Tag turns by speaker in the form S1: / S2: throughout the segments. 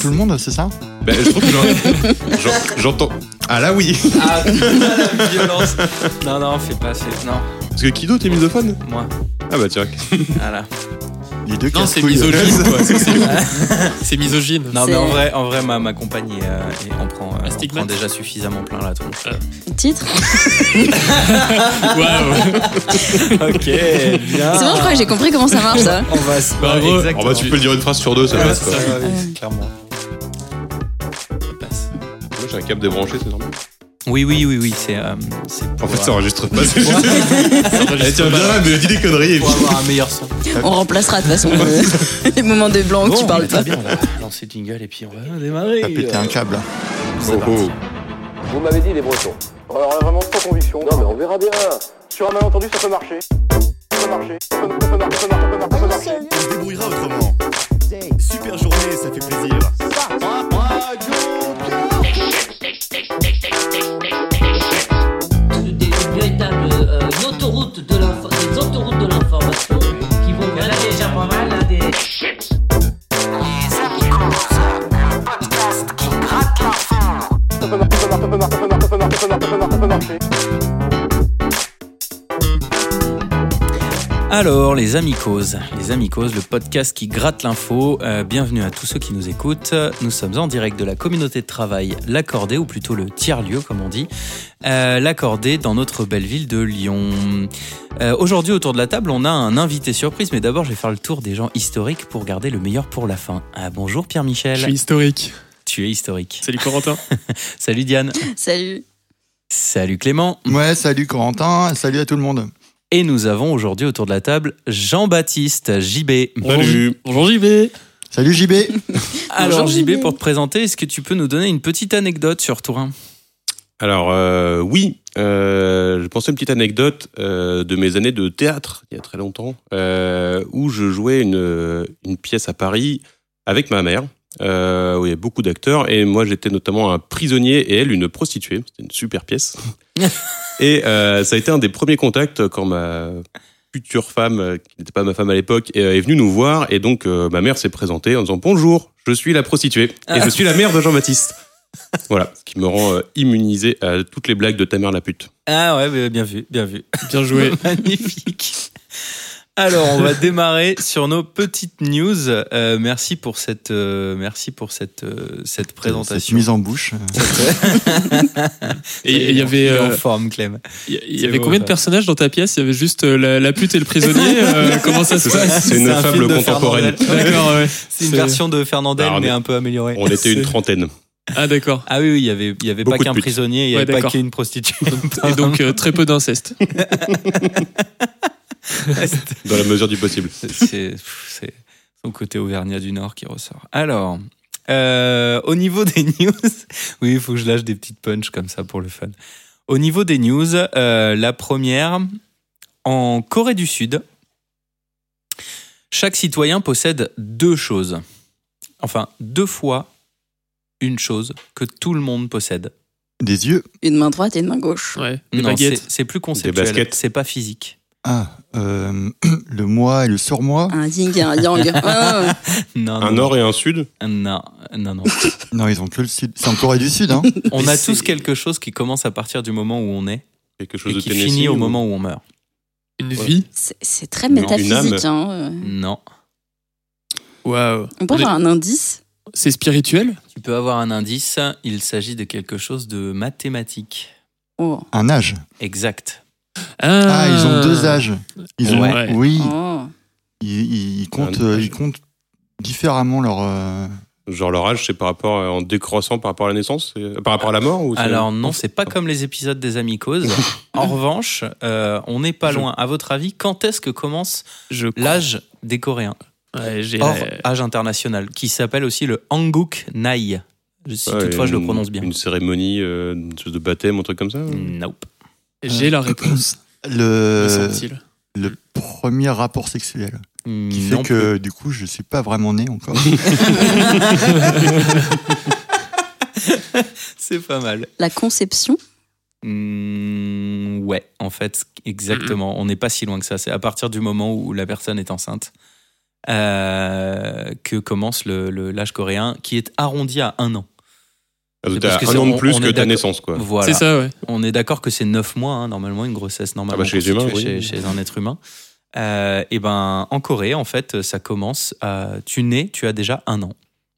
S1: tout le monde, c'est ça
S2: Ben, je trouve que j'en- j'en- j'entends. Ah là oui
S3: Ah putain, la violence. Non, non, fais pas, fais. Non,
S2: Parce que qui d'autre est misophone
S3: moi.
S2: Ah bah tiens.
S3: Voilà.
S1: Les deux
S4: Non, c'est
S1: casse-couilles.
S4: misogyne, quoi. C'est- c'est- C'est misogyne.
S3: Non,
S5: C'est-
S3: mais en vrai, en vrai ma, ma compagne, est, euh, est- on, prend, euh, on
S4: stigmate.
S3: prend déjà suffisamment plein la tronche.
S5: Titre.
S4: Waouh.
S3: ok, bien.
S5: C'est bon, je crois que j'ai compris comment ça marche, ça.
S3: On va se.
S4: Bah, en gros,
S2: Oh bah tu peux le dire une phrase sur deux, ça passe quoi.
S3: Ça va, oui.
S5: Euh,
S1: Clairement.
S2: Moi j'ai un câble débranché, c'est normal.
S3: Oui, oui, oui, oui, c'est. euh, c'est
S2: En
S3: pour,
S2: fait, ça
S3: euh,
S2: enregistre pas. c'est juste- Eh, tiens, viens, mais dis des conneries et puis.
S3: pour avoir un meilleur son.
S5: On remplacera de toute façon euh, les moments de blanc où tu parles pas.
S3: bien, on va lancer le jingle et puis on va Bah, démarrer.
S1: T'as pété un câble.
S3: C'est
S2: Oh, oh.
S3: parti.
S6: Vous m'avez dit les bretons. Alors là, vraiment sans conviction. Non mais on verra bien. Sur un malentendu ça peut marcher. Ça peut marcher. Ça peut, ça peut marcher. Ça peut marcher. Ça peut marcher.
S7: On se débrouillera autrement. Super journée, ça fait plaisir.
S8: des véritables euh, une autoroute de l'info- des autoroutes de l'information qui vont là déjà pas mal là des
S6: Ça peut marcher. Ça peut marcher. Ça peut marcher. Ça peut marcher. Ça peut marcher. Ça peut marcher. Ça peut marcher. Ça peut marcher.
S3: Alors, les Amicos, les Amicos, le podcast qui gratte l'info. Euh, bienvenue à tous ceux qui nous écoutent. Nous sommes en direct de la communauté de travail L'Accordé, ou plutôt le tiers-lieu, comme on dit. Euh, L'Accordé, dans notre belle ville de Lyon. Euh, Aujourd'hui, autour de la table, on a un invité surprise, mais d'abord, je vais faire le tour des gens historiques pour garder le meilleur pour la fin. Ah, bonjour Pierre-Michel.
S4: Je suis historique.
S3: Tu es historique.
S4: Salut Corentin.
S3: Salut Diane.
S5: Salut.
S3: Salut Clément.
S1: Ouais, salut Corentin, salut à tout le monde.
S3: Et nous avons aujourd'hui autour de la table Jean-Baptiste JB.
S2: Salut.
S4: Bonjour JB.
S1: Salut JB
S3: Alors
S5: Bonjour,
S3: JB,
S5: JB.
S3: pour te présenter, est-ce que tu peux nous donner une petite anecdote sur Tourin
S2: Alors euh, oui, euh, je pensais une petite anecdote euh, de mes années de théâtre il y a très longtemps euh, où je jouais une, une pièce à Paris avec ma mère euh, où il y a beaucoup d'acteurs et moi j'étais notamment un prisonnier et elle une prostituée. C'était une super pièce. et euh, ça a été un des premiers contacts quand ma future femme, euh, qui n'était pas ma femme à l'époque, euh, est venue nous voir et donc euh, ma mère s'est présentée en disant bonjour, je suis la prostituée et je suis la mère de Jean-Baptiste. Voilà, ce qui me rend euh, immunisé à toutes les blagues de ta mère la pute.
S3: Ah ouais, bah, bien vu, bien vu.
S4: Bien joué.
S3: Magnifique. Alors, on va démarrer sur nos petites news. Euh, merci pour cette, euh, merci pour cette, euh, cette
S1: Cette
S3: présentation.
S1: mise en bouche. euh,
S4: Et et il y avait,
S3: Il est en
S4: euh,
S3: forme, Clem.
S4: il y- il y
S3: C'est
S4: avait
S3: beau,
S4: combien de
S3: ça.
S4: personnages dans ta pièce Il y avait juste euh, la, la pute et le prisonnier. euh, comment ça se
S2: C'est ça,
S4: passe
S2: c'est une
S3: un
S2: fable
S3: film de
S2: contemporaine.
S3: Fernandel.
S4: D'accord, ouais.
S3: C'est une
S4: C'est-
S3: version de Fernandel,
S2: Alors, on
S3: mais
S2: est-
S3: un peu améliorée.
S2: On était une trentaine.
S4: Ah d'accord.
S3: Ah oui, oui, il y avait, il y avait pas
S2: Beaucoup de
S3: qu'un
S2: putes.
S3: prisonnier, il y
S4: Ouais,
S3: avait pas
S4: d'accord.
S3: qu'une prostituée.
S4: Et donc euh, très peu d'inceste.
S2: Dans la mesure du possible.
S3: C'est pff, c'est son côté Auvergnat du Nord qui ressort. Alors, euh, au niveau des news, oui, il faut que je lâche des petites punches comme ça pour le fun. Au niveau des news, euh, la première, en Corée du Sud, chaque citoyen possède deux choses. Enfin, deux fois une chose que tout le monde possède.
S1: Des yeux.
S5: Une main droite et une main gauche.
S4: Ouais. Des
S3: Non,
S4: baguettes.
S3: c'est- c'est plus conceptuel,
S2: baskets.
S3: c'est pas physique.
S1: Ah, euh, le moi et le surmoi.
S5: Un yin et un yang. Ouais, ouais, ouais.
S3: Non,
S2: Un
S3: non,
S2: nord et un sud.
S3: non, non, non.
S1: Non, ils ont que le sud. C'est en Corée du Sud, hein
S3: On
S4: Mais
S3: a tous
S4: c'est-
S3: quelque chose qui commence à partir du moment où on est
S2: Quelque chose
S3: et
S2: de
S3: qui
S2: Tennessee
S3: finit au
S2: ou-
S3: moment où on meurt.
S4: Une vie.
S5: C'est- C'est très
S2: Une âme.
S5: métaphysique. hein, euh.
S3: Non.
S4: Waouh.
S5: On peut
S4: On est-
S5: avoir un indice
S4: C'est spirituel.
S3: Tu peux avoir un indice, il s'agit de quelque chose de mathématique.
S5: Oh.
S1: Un âge.
S3: Exact.
S1: Ah, ils ont deux âges. Ils ont,
S4: Euh. Ouais.
S1: Oui,
S5: Oh.
S1: ils, ils- ils comptent,
S2: Un
S1: euh,
S2: âge.
S1: ils comptent différemment leur. euh,
S2: Genre leur âge, c'est par rapport euh, en décroissant par rapport à la naissance, euh, par rapport à la mort ou c'est-
S3: Alors non, c'est pas comme les épisodes des Amicoses. en revanche, euh, on n'est pas
S4: Je-
S3: loin. À votre avis, quand est-ce que commence
S4: Je.
S3: l'âge des Coréens
S4: Ouais, j'ai.
S3: Hors âge international, qui s'appelle aussi le Hanguk Nai. Si
S2: Ouais,
S3: toutefois je le
S2: une-
S3: prononce bien. Mm.
S2: Une cérémonie, euh, une espèce de baptême, un truc comme ça.
S3: Nope.
S4: J'ai la réponse. me
S1: Le,
S4: semble-t-il.
S1: le premier rapport sexuel. Qui fait
S3: Non
S1: que, du coup, je suis pas vraiment né encore.
S3: plus. C'est pas mal.
S5: La conception
S3: Hmm, ouais, en fait, exactement. On n'est pas si loin que ça. C'est à partir du moment où la personne est enceinte euh, que commence le- le- l'âge coréen, qui est arrondi à un an.
S2: Ah,
S3: C'est
S2: T'as
S3: parce que
S2: un
S3: ça,
S2: an de
S3: on-
S2: plus
S3: on
S2: que
S3: est
S2: ta
S3: d'accord.
S2: naissance, quoi.
S3: Voilà.
S4: C'est ça, ouais.
S3: On est d'accord que c'est 9 mois, hein, normalement, une grossesse normalement
S2: Ah bah, chez les humains,
S3: constituée
S2: oui.
S3: chez, chez un être humain. Euh, et ben, en Corée, en fait, ça commence. à- tu nais, tu as déjà un an.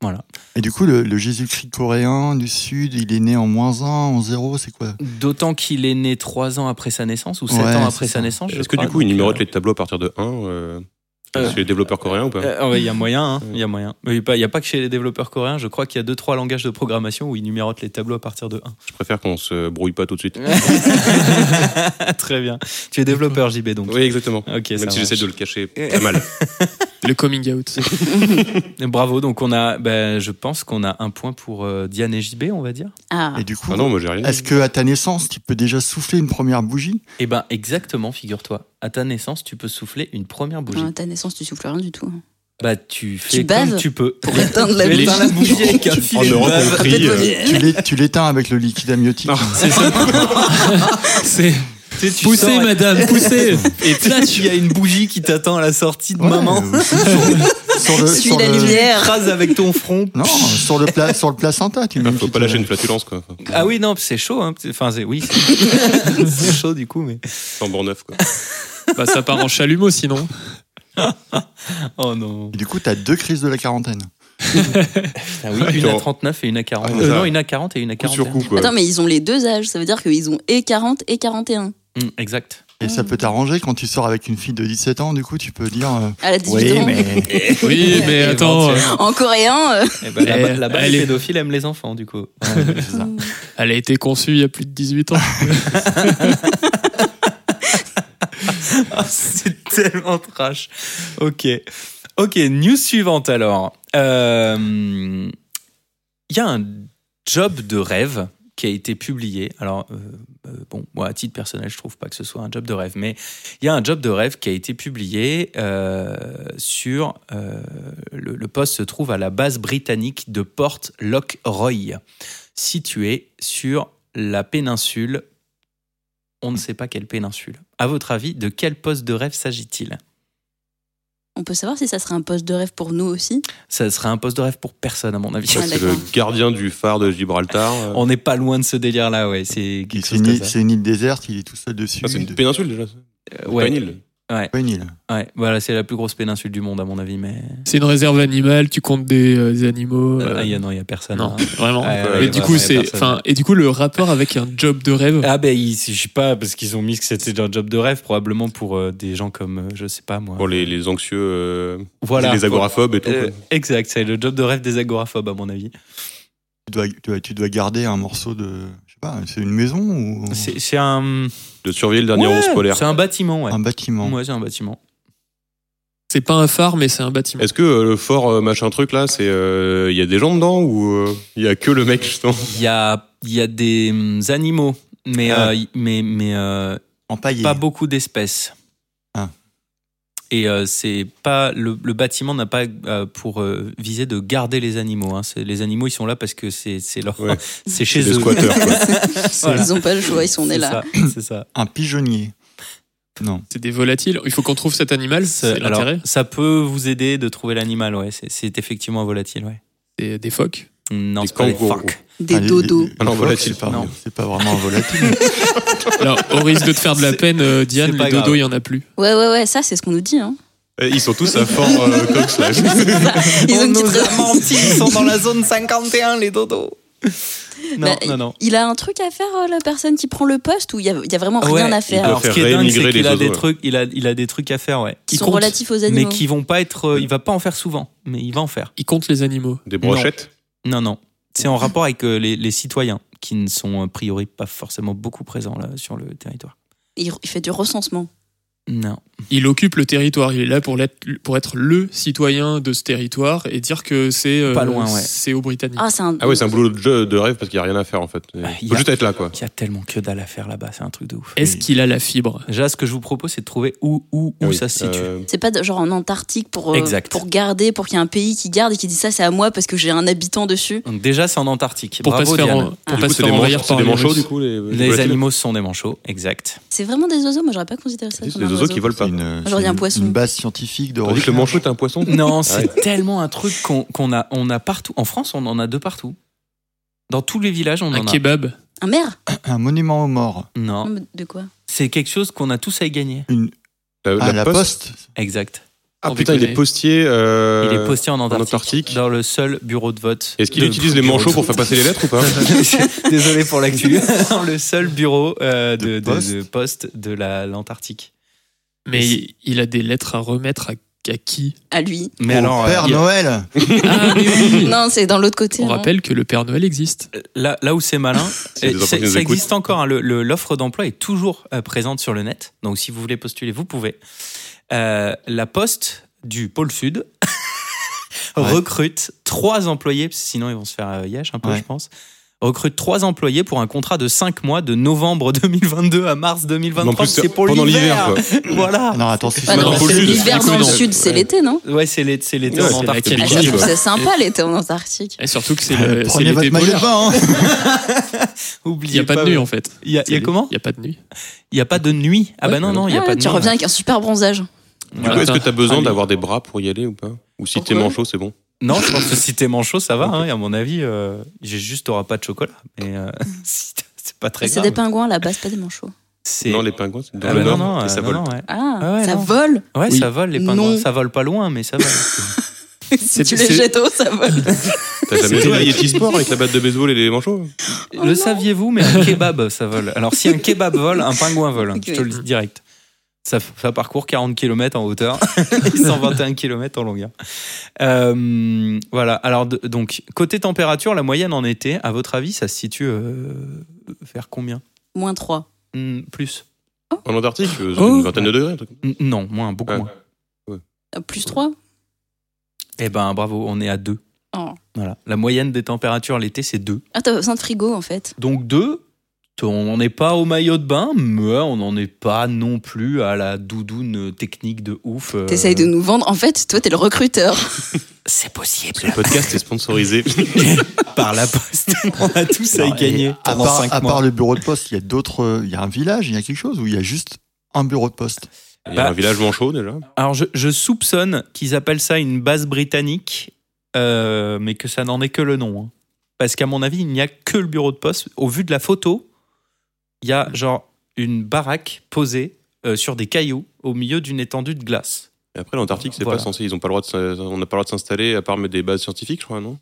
S3: Voilà.
S1: Et du coup, le, le Jésus-Christ coréen du Sud, il est né en moins 1, en 0, c'est quoi
S3: D'autant qu'il est né 3 ans après sa naissance ou 7
S1: Ouais,
S3: ans
S1: c'est
S3: après
S1: ça.
S3: sa naissance. je
S2: Est-ce que
S3: crois,
S2: du coup, ils
S3: donc,
S2: numérotent
S3: euh,
S2: les tableaux à partir de 1 euh,
S3: Euh,
S2: Chez les développeurs coréens ou pas
S3: Euh, ouais, Il y a moyen, hein, il y a moyen. Mais il y a pas- il n'y a pas que chez les développeurs coréens, je crois qu'il y a deux trois langages de programmation où ils numérotent les tableaux à partir de
S2: Je préfère qu'on se brouille pas tout de
S3: euh,
S2: suite.
S3: 1. Très bien. Tu es développeur JB donc.
S2: Oui, exactement.
S3: Ok, ça
S2: Même si
S3: marche. Euh,
S2: j'essaie de le cacher pas mal.
S4: Le coming out.
S3: Bravo, donc on a, ben, je pense qu'on a un point pour euh, Diane et JB, on va dire.
S5: Ah,
S1: Et du coup,
S2: Ah non, moi j'ai rien. dit.
S1: est-ce que à ta naissance, tu peux déjà souffler une première bougie
S3: Eh ben exactement, figure-toi. À ta naissance, tu peux souffler une première bougie.
S5: à oh, ta naissance, tu souffles rien du tout. hein.
S3: Bah tu fais comme
S5: baves
S3: tu peux.
S5: Pour éteindre la
S3: Tu
S5: bougie.
S3: éteins la bougie avec un
S2: En
S3: filet de
S2: Europe,
S3: bave.
S2: on crie. euh,
S5: Eh
S1: Tu l'é- Tu l'éteins avec le liquide amniotique.
S2: Non.
S4: C'est ça. C'est
S3: Tu sais, tu
S4: poussez,
S3: sors et-
S4: madame, poussez.
S3: Et là, il y a une bougie qui t'attend à la sortie de
S1: Ouais,
S3: maman.
S1: euh, sur- sur le-
S5: Suis
S1: sur
S5: la
S1: le-
S5: lumière.
S3: Crase avec ton front.
S1: Non, sur le, pla- sur le placenta, tu mets une
S2: Ah, Faut
S1: petite- euh,
S2: pas lâcher une flatulence, quoi.
S3: Ah oui, non, c'est chaud. Hein. Enfin, c'est oui, c'est c'est chaud du coup, mais.
S2: Sans bord neuf, quoi.
S4: Bah, ça part en chalumeau sinon.
S3: Oh non.
S1: Et du coup, tu as deux crises de la quarantaine.
S2: oui,
S3: Ah une à
S2: attends.
S3: 39 et une à 40.
S2: Ah, c'est
S3: Euh,
S2: ça.
S3: non, une à 40 et une à
S2: Coup
S3: 40.
S2: sur coup, quoi.
S5: Attends, mais ils ont les deux âges, ça veut dire qu'ils ont et 40 et 41.
S3: Mm, exact.
S1: Et ça peut t'arranger quand tu sors avec une fille de 17 ans, du coup, tu peux dire. euh,
S5: À la 18
S1: Oui,
S5: ans.
S1: mais.
S4: Oui, mais attends, euh,
S5: En coréen, euh,
S3: Eh ben, là-bas,
S4: Eh,
S3: là-bas, les
S4: allez.
S3: pédophiles aiment les enfants, du coup.
S4: euh, elle a été conçue il y a plus de 18 ans.
S3: Ah, c'est tellement trash. Ok. Ok, news suivante alors. Euh, Il y a un job de rêve qui a été publié. Alors, euh, euh, bon, moi, à titre personnel, je trouve pas que ce soit un job de rêve, mais il y a un job de rêve qui a été publié euh, sur. euh, le, le poste se trouve à la base britannique de Port Lockroy, située sur la péninsule on ne sait pas quelle péninsule. À votre avis, de quel poste de rêve s'agit-il
S5: on peut savoir si ça serait un poste de rêve pour nous aussi.
S3: Ça serait un poste de rêve pour personne, à mon avis.
S5: Ah,
S2: C'est
S5: d'accord.
S2: le gardien du phare de Gibraltar. euh.
S3: On n'est pas loin de ce délire-là, ouais. C'est quelque
S1: C'est
S3: chose
S1: une,
S3: comme
S1: île-
S3: ça.
S1: c'est une île déserte, il est tout seul dessus.
S2: Ah, c'est une
S1: de-
S2: péninsule déjà. ça.
S3: Euh,
S2: Pas
S3: ouais,
S2: une île.
S1: pas une île.
S3: ouais. Voilà, c'est la plus grosse péninsule du monde, à mon avis, mais.
S4: C'est une réserve animale, tu comptes des, euh, des animaux. euh,
S3: Ah, il y a- non, il n'y a personne.
S4: non,
S3: hein.
S4: vraiment.
S3: Ouais,
S2: ouais,
S4: Mais
S2: ouais,
S4: du
S3: ouais,
S4: coup,
S3: ouais,
S4: c'est,
S3: personne.
S4: enfin, et du coup, le rapport avec un job de rêve.
S3: Ah, ben, ils- je sais pas, parce qu'ils ont mis que c'était un job de rêve, probablement pour euh, des gens comme, euh, je sais pas moi.
S2: Pour les, les anxieux, euh,
S3: Voilà.
S2: les agoraphobes et tout.
S3: Euh,
S2: quoi.
S3: exact, c'est le job de rêve des agoraphobes, à mon avis.
S1: Tu dois, tu, dois, tu dois garder un morceau de. Je sais pas, c'est une maison ou.
S3: C'est c'est un.
S2: De surveiller le dernier Ah,
S3: Ouais,
S2: ours polaire.
S3: C'est un bâtiment, ouais.
S1: Un bâtiment.
S3: Ouais, c'est un bâtiment.
S4: C'est pas un phare, mais c'est un bâtiment.
S2: Est-ce que euh, le fort euh, machin truc là, c'est euh, il y a des gens dedans ou euh, il y a que le mec justement
S3: Il y a, il y a des hum, animaux, mais,
S1: Ah.
S3: euh, mais, mais euh,
S1: Empaillé.
S3: pas beaucoup d'espèces.
S1: Ah.
S3: Et euh, c'est pas le, le bâtiment n'a pas euh, pour euh, viser de garder les animaux. hein. C'est- Les animaux, ils sont là parce que c'est c'est leur,
S2: Ouais.
S3: c'est chez
S2: Des
S3: eux.
S2: squatteurs. quoi.
S3: Voilà.
S5: Ils ont pas le choix, ils sont nés
S3: C'est
S5: là.
S3: ça, C'est ça.
S1: Un pigeonnier. Non.
S4: C'est des volatiles. Il faut qu'on trouve cet animal. C'est
S3: Alors,
S4: l'intérêt.
S3: ça peut vous aider de trouver l'animal. Ouais, c'est- c'est effectivement volatile. Ouais.
S4: C'est des phoques.
S3: Non,
S2: Des
S3: c'est pas les
S2: kangourous.
S3: pharcs.
S5: Des
S1: Ah, les-
S5: dodos.
S1: les- les
S2: Ah non,
S1: phoques,
S2: volatile,
S1: c'est pas-
S3: non.
S1: C'est pas vraiment un volatile.
S4: Alors, au risque de te faire de la
S3: C'est-
S4: peine, euh, Diane,
S3: c'est pas
S4: les dodos,
S3: grave.
S4: il y en a plus.
S5: Ouais, ouais, ouais, ça, c'est ce qu'on nous dit. Hein.
S2: Euh, Ils sont tous à fort euh, Cox là.
S5: Ils ont
S3: On
S5: une petite
S3: nous a
S5: raison.
S3: menti, ils sont dans la zone 51, les dodos. Non,
S5: Bah,
S3: non, non.
S5: Il a un truc à faire, euh, la personne qui prend le poste, ou il y a, il y a vraiment rien
S3: Ouais,
S5: à
S2: il
S5: faire hein,
S2: doit
S3: Alors, ce qui
S2: faire
S3: est dingue,
S2: réémigrer
S3: c'est qu'il
S2: les
S3: a des
S2: oiseaux,
S3: trucs, il a, il a des trucs à faire, ouais.
S5: qui
S3: Il
S5: sont
S3: compte,
S5: relatifs aux animaux.
S3: mais qui vont pas être, euh, il va pas en faire souvent, mais il va en faire.
S4: Ils comptent les animaux.
S2: Des brochettes.
S3: Non, non. C'est en rapport avec euh, les, les citoyens qui ne sont a priori pas forcément beaucoup présents là, sur le territoire.
S5: Il, il fait du recensement.
S3: Non.
S4: Il occupe le territoire. Il est là pour l'être- pour être le citoyen de ce territoire et dire que c'est euh,
S3: Pas loin, ouais.
S4: c'est aux Britanniques.
S5: Ah, c'est un.
S2: Ah ouais, c'est un boulot de jeu de rêve parce qu'il y a rien à faire en fait. Il
S3: Ah, il y
S2: faut
S3: a-
S2: juste être là quoi.
S3: Il y a tellement que dalle à faire là-bas, c'est un truc de ouf.
S4: Est-ce qu'il a la fibre
S3: Déjà, ce que je vous propose, c'est de trouver où, où, où
S2: Ah oui,
S3: ça se situe. Bah,
S2: euh,
S5: C'est pas de- genre en Antarctique pour, euh,
S3: Exact.
S5: pour garder, pour qu'il y ait un pays qui garde et qui dit ça, c'est à moi parce que j'ai un habitant dessus.
S3: Donc déjà, c'est en Antarctique.
S4: pour
S3: Bravo,
S4: pas se faire,
S3: Diane.
S4: en- pour
S5: Ah.
S4: pas
S2: du coup,
S4: se
S2: c'est
S4: faire
S2: des
S4: envahir
S2: manchots- c'est
S4: par
S2: des
S4: les
S2: manchots
S4: Russes.
S2: du coup les,
S3: Les
S2: volatiles
S3: animaux, ce sont des manchots, exact.
S5: C'est vraiment des oiseaux, moi j'aurais pas considéré ça
S2: Si,
S5: comme
S2: les
S3: Ah,
S5: un
S2: oiseaux qui volent
S1: C'est
S2: pas.
S1: une,
S5: Genre, il y a un
S1: c'est une-
S5: poisson.
S1: une base scientifique de
S2: Tandis que le
S1: recherche.
S2: manchot est un poisson
S3: Non, c'est tellement un truc qu'on qu'on a, on a partout. En France, on en a deux partout. Dans tous les villages, on
S4: Un
S3: en a.
S4: kebab.
S5: Un maire
S1: Un monument aux morts.
S3: Non,
S5: Non, mais De quoi
S3: c'est quelque chose qu'on a tous à y gagner.
S1: Une...
S2: Euh, La,
S1: ah, la poste,
S3: Exact.
S2: Ah
S4: On
S2: putain, il
S4: déconne.
S2: est postier. euh,
S3: Il est posté en Antarctique,
S2: Antarctique.
S3: dans le seul bureau de vote.
S2: Est-ce qu'il
S3: de-
S2: utilise les
S3: bureau de
S2: manchots pour
S3: vote.
S2: faire passer les lettres ou pas
S3: Désolé pour l'actu. Dans le seul bureau euh, de,
S1: De
S3: de-
S1: poste.
S3: de poste de la- l'Antarctique.
S4: Mais il a des lettres à remettre à, à qui
S5: À lui.
S3: Mais
S1: au
S3: alors, euh,
S1: Père
S3: il y a-
S1: Noël.
S4: Ah, mais oui
S5: Non, c'est dans l'autre côté.
S4: On
S5: non
S4: rappelle que le Père Noël existe.
S3: là, là où c'est malin,
S2: C'est des
S3: euh,
S2: enfants qui
S3: c'est-
S2: nous
S3: ça
S2: écoutent.
S3: existe encore. hein. Le- le- L'offre d'emploi est toujours euh, présente sur le net. Donc, si vous voulez postuler, vous pouvez. Euh, la poste du pôle sud recrute trois employés, parce que sinon ils vont se faire euh, yesh un peu,
S1: Ouais.
S3: je pense. Recrute trois employés pour un contrat de cinq mois de novembre 2022 à mars
S2: Mais en
S3: 2023.
S2: plus,
S3: C'est pour
S2: pendant
S3: l'hiver.
S2: l'hiver,
S3: voilà.
S1: Ah non, attends, c'est
S5: Ah non,
S2: Dans
S5: mais
S2: le
S5: c'est
S2: sud,
S5: l'hiver
S2: c'est
S5: dans le
S2: plus dans-
S5: sud, c'est
S2: ouais.
S5: l'été, non
S3: Ouais, c'est l'été c'est l'été
S2: Ouais,
S3: en
S2: c'est la
S3: Antarctique.
S5: Ah,
S4: Californie,
S5: Je trouve
S4: quoi.
S5: ça sympa l'été en Antarctique.
S4: Et surtout que c'est
S1: Ah,
S4: le- Euh, c'est
S1: Prenez
S4: l'été
S1: votre maillot de
S4: polaire.
S1: bain. hein.
S4: Il
S3: Oubliez euh,
S4: n'y a pas de nuit hein. en fait.
S3: Il y a, il y a comment
S4: Il n'y a pas de nuit.
S3: Il n'y a pas de nuit. Ah bah non, non, il n'y a
S5: Ah,
S3: pas de
S5: tu
S3: nuit.
S5: reviens avec un super bronzage.
S2: Du coup,
S4: Voilà.
S2: est-ce que t'as
S4: Ah
S2: besoin
S4: oui.
S2: d'avoir des bras pour y aller ou pas Ou si t'es
S5: Pourquoi
S2: manchot, c'est bon
S3: Non, je pense que si t'es manchot, ça va. hein. Et à mon avis, euh, j'ai juste t'auras pas de chocolat. Mais euh, si t'as- c'est pas très
S5: C'est
S3: grave.
S5: des pingouins là-bas, c'est pas des manchots.
S3: C'est-
S2: Non, les pingouins, c'est dans
S3: Ah
S2: le
S3: bah non,
S2: nord
S3: non,
S2: et
S3: euh,
S2: ça
S3: non,
S2: vole.
S3: non, ouais.
S5: Ah,
S3: Ah ouais,
S5: ça
S3: non.
S5: vole
S3: Ouais,
S4: Oui.
S3: ça vole les pingouins.
S5: Non.
S3: Ça vole pas loin, mais ça vole.
S5: Si tu les
S4: c'est-
S5: jettes au, ça vole.
S2: T'as jamais joué à Yeti Sport avec la batte de baseball et les manchots
S5: Oh
S3: Le
S5: non.
S3: saviez-vous, mais un kebab, ça vole. Alors si un kebab vole, un pingouin vole. hein. Je te le dis direct. Ça, ça parcourt 40 km en hauteur et 121 km en longueur. Euh, voilà. Alors de- donc côté température, la moyenne en été, à votre avis, ça se situe euh, vers combien
S5: Moins 3.
S3: Hmm, Plus
S2: En Antarctique, euh, c'est
S4: Oh.
S2: une vingtaine de degrés. un truc.
S3: N- Non, moins, beaucoup
S2: Ouais.
S3: moins.
S5: Euh, Plus 3
S3: Eh ben bravo, on est à 2.
S5: Oh.
S3: Voilà. La moyenne des températures l'été, c'est 2.
S5: Ah, t'as pas besoin de frigo en fait.
S3: Donc 2, on n'est pas au maillot de bain, mais on n'en est pas non plus à la doudoune technique de ouf. euh.
S5: T'essayes de nous vendre. En fait, toi, t'es le recruteur.
S3: C'est possible.
S2: Ce podcast est sponsorisé.
S3: Par la poste, on a tous à y
S1: Non, et
S3: gagner
S1: À
S3: pendant
S1: part,
S3: 5
S1: à
S3: mois.
S1: part le bureau de poste, il y a d'autres. Il y a un village, il y a quelque chose où il y a juste un bureau de poste.
S2: Il y
S3: Bah.
S2: a un village manchot déjà.
S3: Alors je, je soupçonne qu'ils appellent ça une base britannique, euh, mais que ça n'en est que le nom. hein. Parce qu'à mon avis, il n'y a que le bureau de poste. Au vu de la photo, il y a genre une baraque posée euh, sur des cailloux au milieu d'une étendue de glace.
S2: Et après, l'Antarctique, c'est
S3: Voilà.
S2: pas censé. Ils ont pas le droit de, s'in- on n'a pas le droit de s'installer à part mais des bases scientifiques, je crois, non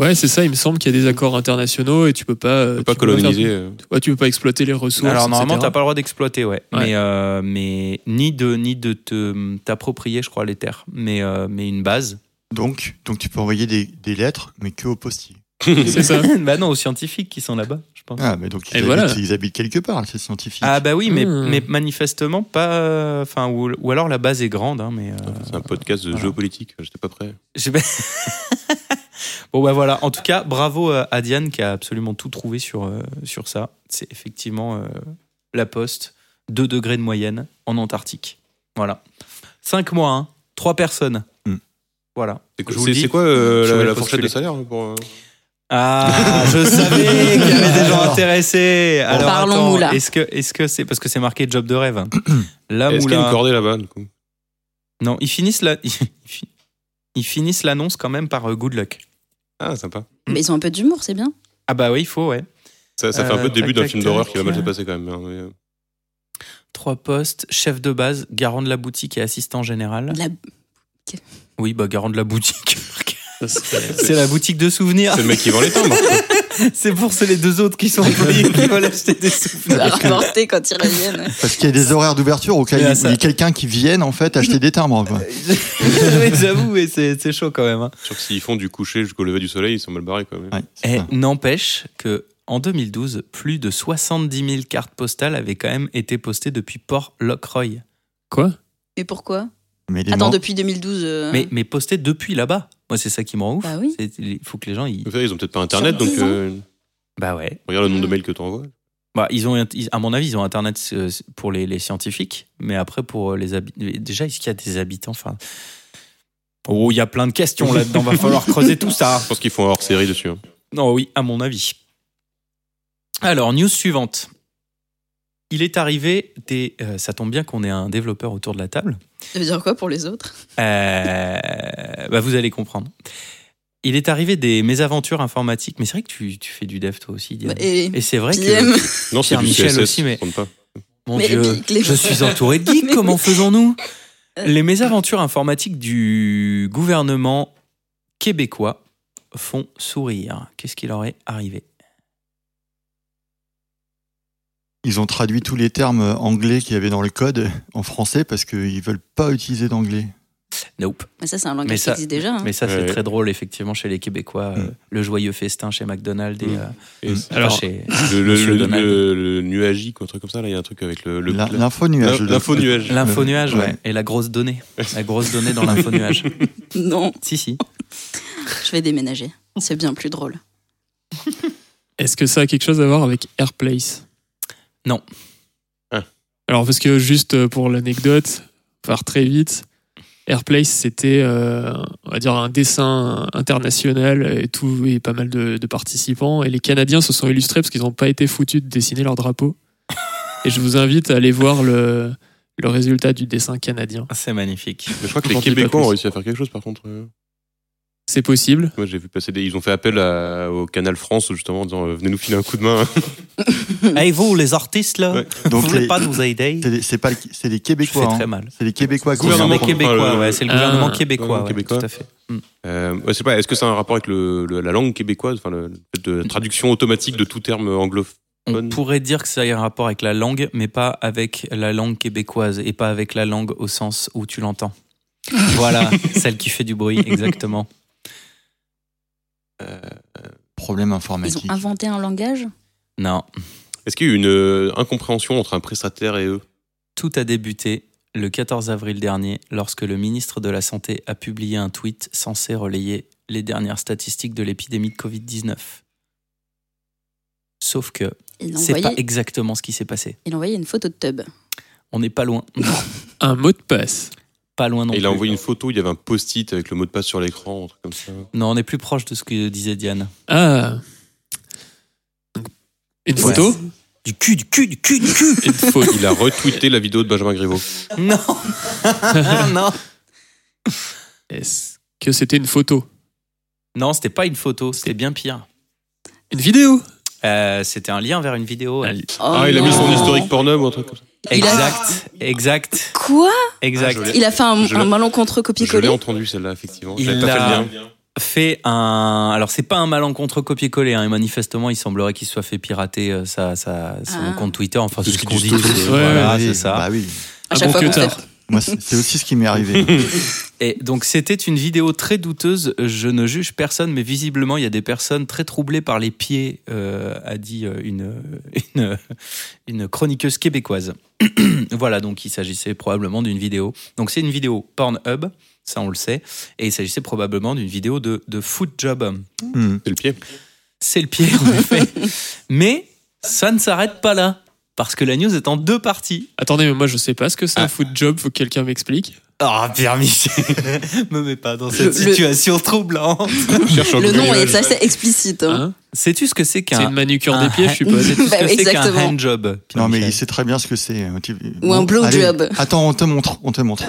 S4: Ouais, c'est ça. Il me semble qu'il y a des accords internationaux et tu peux pas. euh,
S2: Faut Pas
S4: tu peux faire-
S2: coloniser. euh.
S4: ouais, tu peux pas exploiter les ressources.
S3: Alors normalement,
S4: etc.
S3: t'as pas le droit d'exploiter, ouais.
S4: Ouais.
S3: Mais, euh, mais ni de ni de te t'approprier, je crois, les terres. Mais euh, mais une base.
S1: Donc, donc tu peux envoyer des, des lettres, mais que au postier.
S4: C'est ça.
S3: bah non, aux scientifiques qui sont là-bas, je pense.
S1: Ah, mais donc ils,
S4: Et
S1: habitent,
S4: voilà.
S1: ils habitent quelque part, ces scientifiques.
S3: Ah bah oui, mais,
S4: Hmm.
S3: mais manifestement pas. euh, Enfin, ou, ou alors la base est grande, hein, mais. euh,
S2: C'est un podcast de
S3: Voilà.
S2: géopolitique. J'étais pas prêt.
S3: je- bon bah voilà. En tout cas, bravo euh, à Diane qui a absolument tout trouvé sur euh, sur ça. C'est effectivement euh, la poste 2 degrés de moyenne en Antarctique. Voilà. 5 mois, hein, 3 personnes.
S1: Hmm.
S3: Voilà.
S2: C'est quoi,
S3: Je vous
S2: c'est-
S3: le dis,
S2: c'est quoi, euh,
S3: je
S2: la,
S3: vais
S2: la fourchette
S3: postuler.
S2: de salaire pour, euh,
S3: Ah, je savais qu'il y avait des gens
S1: Alors.
S3: intéressés. Alors,
S5: Parlons
S3: attends,
S5: moula.
S3: Est-ce que, est-ce que c'est parce que c'est marqué job de rêve hein. La
S2: Est-ce qu'il y a
S3: Ah, moula.
S2: une cordée là-bas du coup
S3: Non, ils finissent la, ils fi- ils finissent l'annonce quand même par euh, good luck.
S2: Ah, sympa.
S5: Mais ils ont un peu d'humour, c'est bien.
S3: Ah bah oui, il faut ouais.
S2: Ça, ça fait un
S3: Euh,
S2: peu le début
S3: tac,
S2: d'un
S3: tac,
S2: film d'horreur
S3: tac,
S2: qui va mal se
S3: euh.
S2: passer quand même. hein, mais, euh,
S3: Trois postes, chef de base, garant de la boutique et assistant général.
S5: La-
S3: Oui, bah garant de la boutique.
S4: Ça, c'est-
S3: C'est la boutique de souvenirs.
S2: C'est le mec qui vend les timbres.
S3: C'est pour ceux les deux autres qui sont employés qui veulent acheter des
S5: Ça va
S3: souvenirs.
S5: rapporter quand ils reviennent. ouais.
S1: Parce qu'il y a des horaires d'ouverture au cas où
S3: Mais là,
S1: il y
S3: ça- Euh,
S1: a quelqu'un qui vienne en fait acheter des timbres. quoi.
S3: Oui, J'avoue, mais c'est c'est chaud quand même. hein.
S2: Sûr que s'ils font du coucher jusqu'au lever du soleil, ils sont mal barrés quand même.
S1: Ouais, c'est
S3: Et
S1: ça.
S3: n'empêche que en 2012, plus de 70 000 cartes postales avaient quand même été postées depuis Port Lockroy.
S4: Quoi
S5: Mais pourquoi
S1: Mais les
S5: Attends,
S1: man-
S5: depuis 2012. euh,
S3: Mais, mais postées depuis là-bas. Moi, c'est ça qui me rend ouf.
S5: Bah oui.
S3: C'est- Il faut que les gens. Ils...
S2: Vous savez, Ils ont peut-être pas internet,
S5: Sur
S2: donc
S5: dix
S2: euh,
S3: Bah ouais.
S2: regarde le nombre de
S5: Mm.
S2: mails que t'envoies.
S3: Bah, ils ont, ils- à mon avis, ils ont Internet euh, pour les, les scientifiques, mais après pour euh, les habitants. Déjà, est-ce qu'il y a des habitants enfin... Oh, il y a plein de questions là-dedans. Va falloir creuser tout ça.
S2: Je pense qu'ils font un hors-série dessus. hein.
S3: Non, oui, à mon avis. Alors, news suivante. il est arrivé des. euh, ça tombe bien qu'on ait un développeur autour de la table.
S5: Ça veut dire quoi pour les autres
S3: Euh, bah, vous allez comprendre. Il est arrivé des mésaventures informatiques. Mais c'est vrai que tu, tu fais du dev toi aussi, Diane.
S5: Et
S3: Et c'est vrai que.
S5: PM.
S2: Non, c'est
S3: Pierre
S2: du
S3: Michel
S2: CSS,
S3: aussi, mais- Mm.
S2: je comprends pas.
S3: Mon
S5: Mais
S3: Dieu,
S5: les- les-
S3: je suis entouré de geeks,
S5: Mais
S3: comment
S5: oui.
S3: faisons-nous
S5: Euh.
S3: Les mésaventures informatiques du gouvernement québécois font sourire. Qu'est-ce qu'il aurait arrivé
S1: Ils ont traduit tous les termes euh, anglais qu'il y avait dans le code en français parce qu'ils veulent pas utiliser d'anglais.
S3: Nope.
S5: Mais ça, c'est un
S3: Mais
S5: langage qui
S3: ça-
S5: existe déjà. hein.
S3: Mais ça, c'est
S2: Ouais.
S3: très drôle, effectivement, chez les Québécois. euh,
S1: Mm.
S3: Le joyeux festin chez McDonald's. Et,
S2: Mm.
S3: euh,
S2: Et c'est-
S3: Alors,
S4: Alors,
S3: chez...
S2: le, le,
S3: Monsieur
S2: le,
S3: Donald.
S2: le- le nuagique ou un truc comme ça, là, il y a un truc avec le. le-
S1: La-
S2: la-
S1: L'info nuage.
S2: la- L'info nuage.
S3: L'info-nuage, ouais,
S1: Ouais.
S3: Et la grosse donnée. La grosse donnée dans l'info-nuage.
S5: Non,
S3: si, si.
S5: je vais déménager. C'est bien plus drôle.
S4: Est-ce que ça a quelque chose à voir avec Airplace
S3: Non.
S2: Ah.
S4: Alors, parce que juste euh, pour l'anecdote, par très vite, Airplace, c'était, euh, on va dire, un dessin international et tout, et pas mal de, de participants. Et les Canadiens se sont illustrés parce qu'ils n'ont pas été foutus de dessiner leur drapeau. et je vous invite à aller voir le, le résultat du dessin canadien.
S3: C'est magnifique.
S2: Mais je crois que
S4: J'en
S2: les
S4: dis pas
S2: Québécois ont
S4: plus.
S2: réussi à faire quelque chose, par contre. euh.
S4: C'est possible.
S2: Moi, j'ai vu passer des. Ils ont fait appel à- au Canal France, justement, en disant euh, venez nous filer un coup de main.
S3: hey, vous, les artistes, là,
S2: Ouais.
S3: vous
S1: Donc
S3: voulez
S1: les-
S3: pas nous aider
S1: c'est les- c'est pas, le- c'est les
S3: Je fais
S1: Québécois.
S3: très
S1: hein.
S3: mal.
S1: C'est les Québécois. qui
S2: Gouvernement
S3: Gouvernement
S1: font-
S2: québécois,
S3: québécois,
S2: le-
S3: ouais, c'est le
S4: Ah,
S3: gouvernement
S4: le
S3: québécois,
S2: gouvernement
S3: ouais,
S2: québécois.
S3: tout à fait.
S2: Euh, ouais, je sais pas, est-ce que ça a un rapport avec le, le- la langue québécoise, enfin, le, le fait de la traduction automatique de tout terme anglophone
S3: On
S2: Bonne-
S3: pourrait dire que ça a un rapport avec la langue, mais pas avec la langue québécoise et pas avec la langue au sens où tu l'entends. voilà, celle qui fait du bruit, exactement.
S1: Problème
S5: Ils
S1: informatique.
S5: ont inventé un langage
S3: Non,
S2: Est-ce qu'il y a eu une euh, incompréhension entre un prestataire et eux
S3: tout a débuté le 14 avril dernier lorsque le ministre de la Santé a publié un tweet censé relayer les dernières statistiques de l'épidémie de Covid-19. Sauf que
S5: il a,
S3: c'est
S5: envoyé,
S3: pas exactement ce qui s'est passé.
S5: il a envoyé une photo de tub.
S3: On n'est pas loin.
S4: Un mot de passe.
S3: pas loin non
S2: Et Il a
S3: plus.
S2: envoyé une photo, il y avait un post-it avec le mot de passe sur l'écran, un truc comme ça.
S3: Non, on est plus proche de ce que disait Diane.
S4: Ah Une
S3: Ouais.
S4: photo
S3: Du cul, du cul, du cul, du cul
S4: Une photo.
S2: Il a retweeté la vidéo de Benjamin Griveaux.
S3: Non Non
S4: Est-ce que c'était une photo
S3: Non, c'était pas une photo, c'était bien pire.
S4: Une vidéo
S3: Euh, c'était un lien vers une vidéo. ouais.
S5: Oh
S2: ah, il a mis son
S5: non.
S2: historique porno ou un truc comme ça.
S5: Il a-
S3: Exact, exact,
S5: Quoi
S3: exact.
S2: Ah, je l'ai.
S5: Il a fait un,
S2: Je l'ai-
S5: un malencontreux
S2: Je l'ai
S5: copier-coller
S2: entendu celle-là, effectivement.
S3: Il
S2: J'avais pas
S3: a-
S2: fait le lien.
S3: fait un. Alors, c'est pas un malencontre copier-coller, hein, et manifestement, il semblerait qu'il se soit fait pirater euh, sa, sa- son
S5: Ah.
S3: compte Twitter. Enfin,
S2: C'est
S3: c'est
S2: ce
S3: ce
S2: qu'ils
S3: qu'on dit.
S2: disent
S3: tous,
S2: tous.
S3: euh,
S4: Ouais,
S3: voilà,
S1: Ah oui,
S3: c'est ça.
S1: Bah oui.
S5: à
S4: Un
S5: chaque
S4: bon
S5: fois qu'on
S4: cutter.
S5: fait.
S1: Moi, c'est c'est aussi ce qui m'est arrivé.
S3: Et donc c'était une vidéo très douteuse, je ne juge personne, mais visiblement il y a des personnes très troublées par les pieds, euh, a dit euh, une, une, une chroniqueuse québécoise. voilà, donc il s'agissait probablement d'une vidéo. Donc c'est une vidéo Pornhub, ça on le sait, et il s'agissait probablement d'une vidéo de, de foot job.
S1: Hmm.
S2: C'est le pied.
S3: C'est le pied en effet. Mais ça ne s'arrête pas là, parce que la news est en deux parties.
S4: Attendez, mais moi je sais pas ce que c'est
S3: Ah.
S4: un foot job, faut que quelqu'un m'explique.
S3: Ah, Pierre Michel, me mets pas dans cette
S5: Le- le-
S3: situation troublante.
S2: Cherche un
S5: Le nom
S2: Google
S5: est
S2: Images.
S5: assez explicite. hein.
S4: Hein
S3: Sais-tu ce que c'est
S4: c'est
S3: qu'un
S4: une manucure des
S3: un
S4: pieds, je
S3: hand-
S4: suppose.
S3: Sais-tu ce
S5: Bah,
S3: que c'est qu'un
S5: exactement.
S3: handjob
S1: Non, mais il
S3: Michel
S1: sait très bien ce que c'est. euh, Tu-
S5: Ou un blowjob.
S1: allez. Attends, on te montre. On te montre.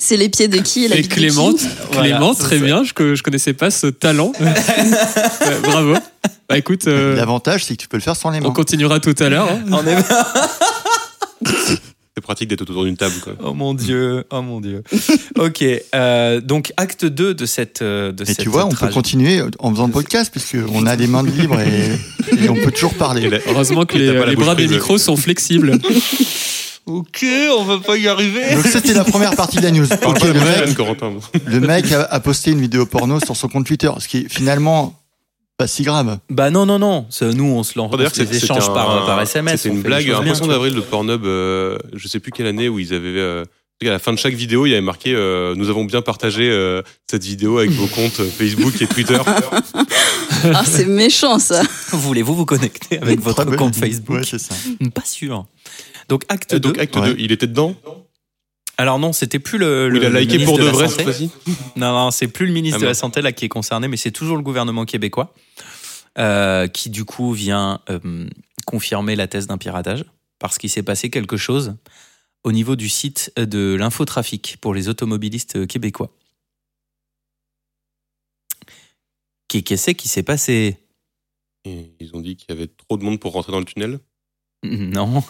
S5: C'est les pieds de qui et la
S4: Et
S5: bite de qui
S4: Clémente,
S3: Voilà,
S4: Clément,
S3: c'est
S4: très
S3: ça.
S4: bien, je, co- je connaissais pas ce talent. Ouais, bravo. Bah écoute, euh,
S1: L'avantage, c'est que tu peux le faire sans les mains.
S4: on continuera tout à l'heure. hein.
S3: On est-
S2: C'est pratique d'être autour d'une table, quoi.
S3: Oh mon dieu, oh mon dieu. ok, euh, donc acte 2 de cette. euh, De
S1: Et
S3: cette
S1: tu vois, on peut
S3: trage-
S1: continuer euh, en faisant le podcast, puisque on a les mains libres et, et on peut toujours
S2: Et
S1: parler.
S2: la-
S4: Heureusement que les, euh,
S2: T'as pas la
S4: les
S2: bouche
S4: bras des
S2: prise.
S4: micros sont flexibles.
S3: Ok, on va pas y arriver.
S1: Donc ça, c'était la première partie de la news.
S2: Parle
S1: Ok,
S2: pas de
S1: le
S2: moi,
S1: mec,
S2: Anne Corentin.
S1: le mec a, a posté une vidéo porno sur son compte Twitter, ce qui est finalement pas si grave.
S3: Bah non, non, non. ça, Nous, on se lance.
S2: Oh,
S3: On
S2: D'ailleurs,
S3: se les
S2: c'était
S3: échange
S2: un-
S3: par, par SMS.
S2: C'était
S3: on
S2: une
S3: fait
S2: blague,
S3: les choses
S2: un
S3: bien.
S2: poisson d'avril de Pornhub, euh, je sais plus quelle année, où ils avaient. euh, en tout cas, à la fin de chaque vidéo, il y avait marqué euh, Nous avons bien partagé euh, cette vidéo avec vos comptes euh, Facebook et Twitter.
S5: Ah, c'est méchant ça.
S3: Voulez-vous vous connecter avec votre
S1: Très bonne
S3: compte
S1: idée.
S3: Facebook
S1: Ouais, c'est ça.
S3: Pas sûr. Donc acte
S2: Euh,
S3: 2.
S2: Donc, acte
S1: Ouais.
S2: 2, il était dedans
S3: Alors non, c'était plus le.
S2: Où
S3: le
S2: Il a
S3: le
S2: liké
S3: ministre
S2: pour de
S3: la
S2: vrai
S3: Santé.
S2: cette fois-ci
S3: Non, non, c'est plus le ministre
S2: Ah,
S3: de la
S2: merde.
S3: Santé là qui est concerné, mais c'est toujours le gouvernement québécois euh, qui du coup vient euh, confirmer la thèse d'un piratage parce qu'il s'est passé quelque chose au niveau du site de l'infotrafic pour les automobilistes québécois. Qu'est- Qu'est-ce qui s'est passé
S2: Et ils ont dit qu'il y avait trop de monde pour rentrer dans le tunnel.
S3: Non,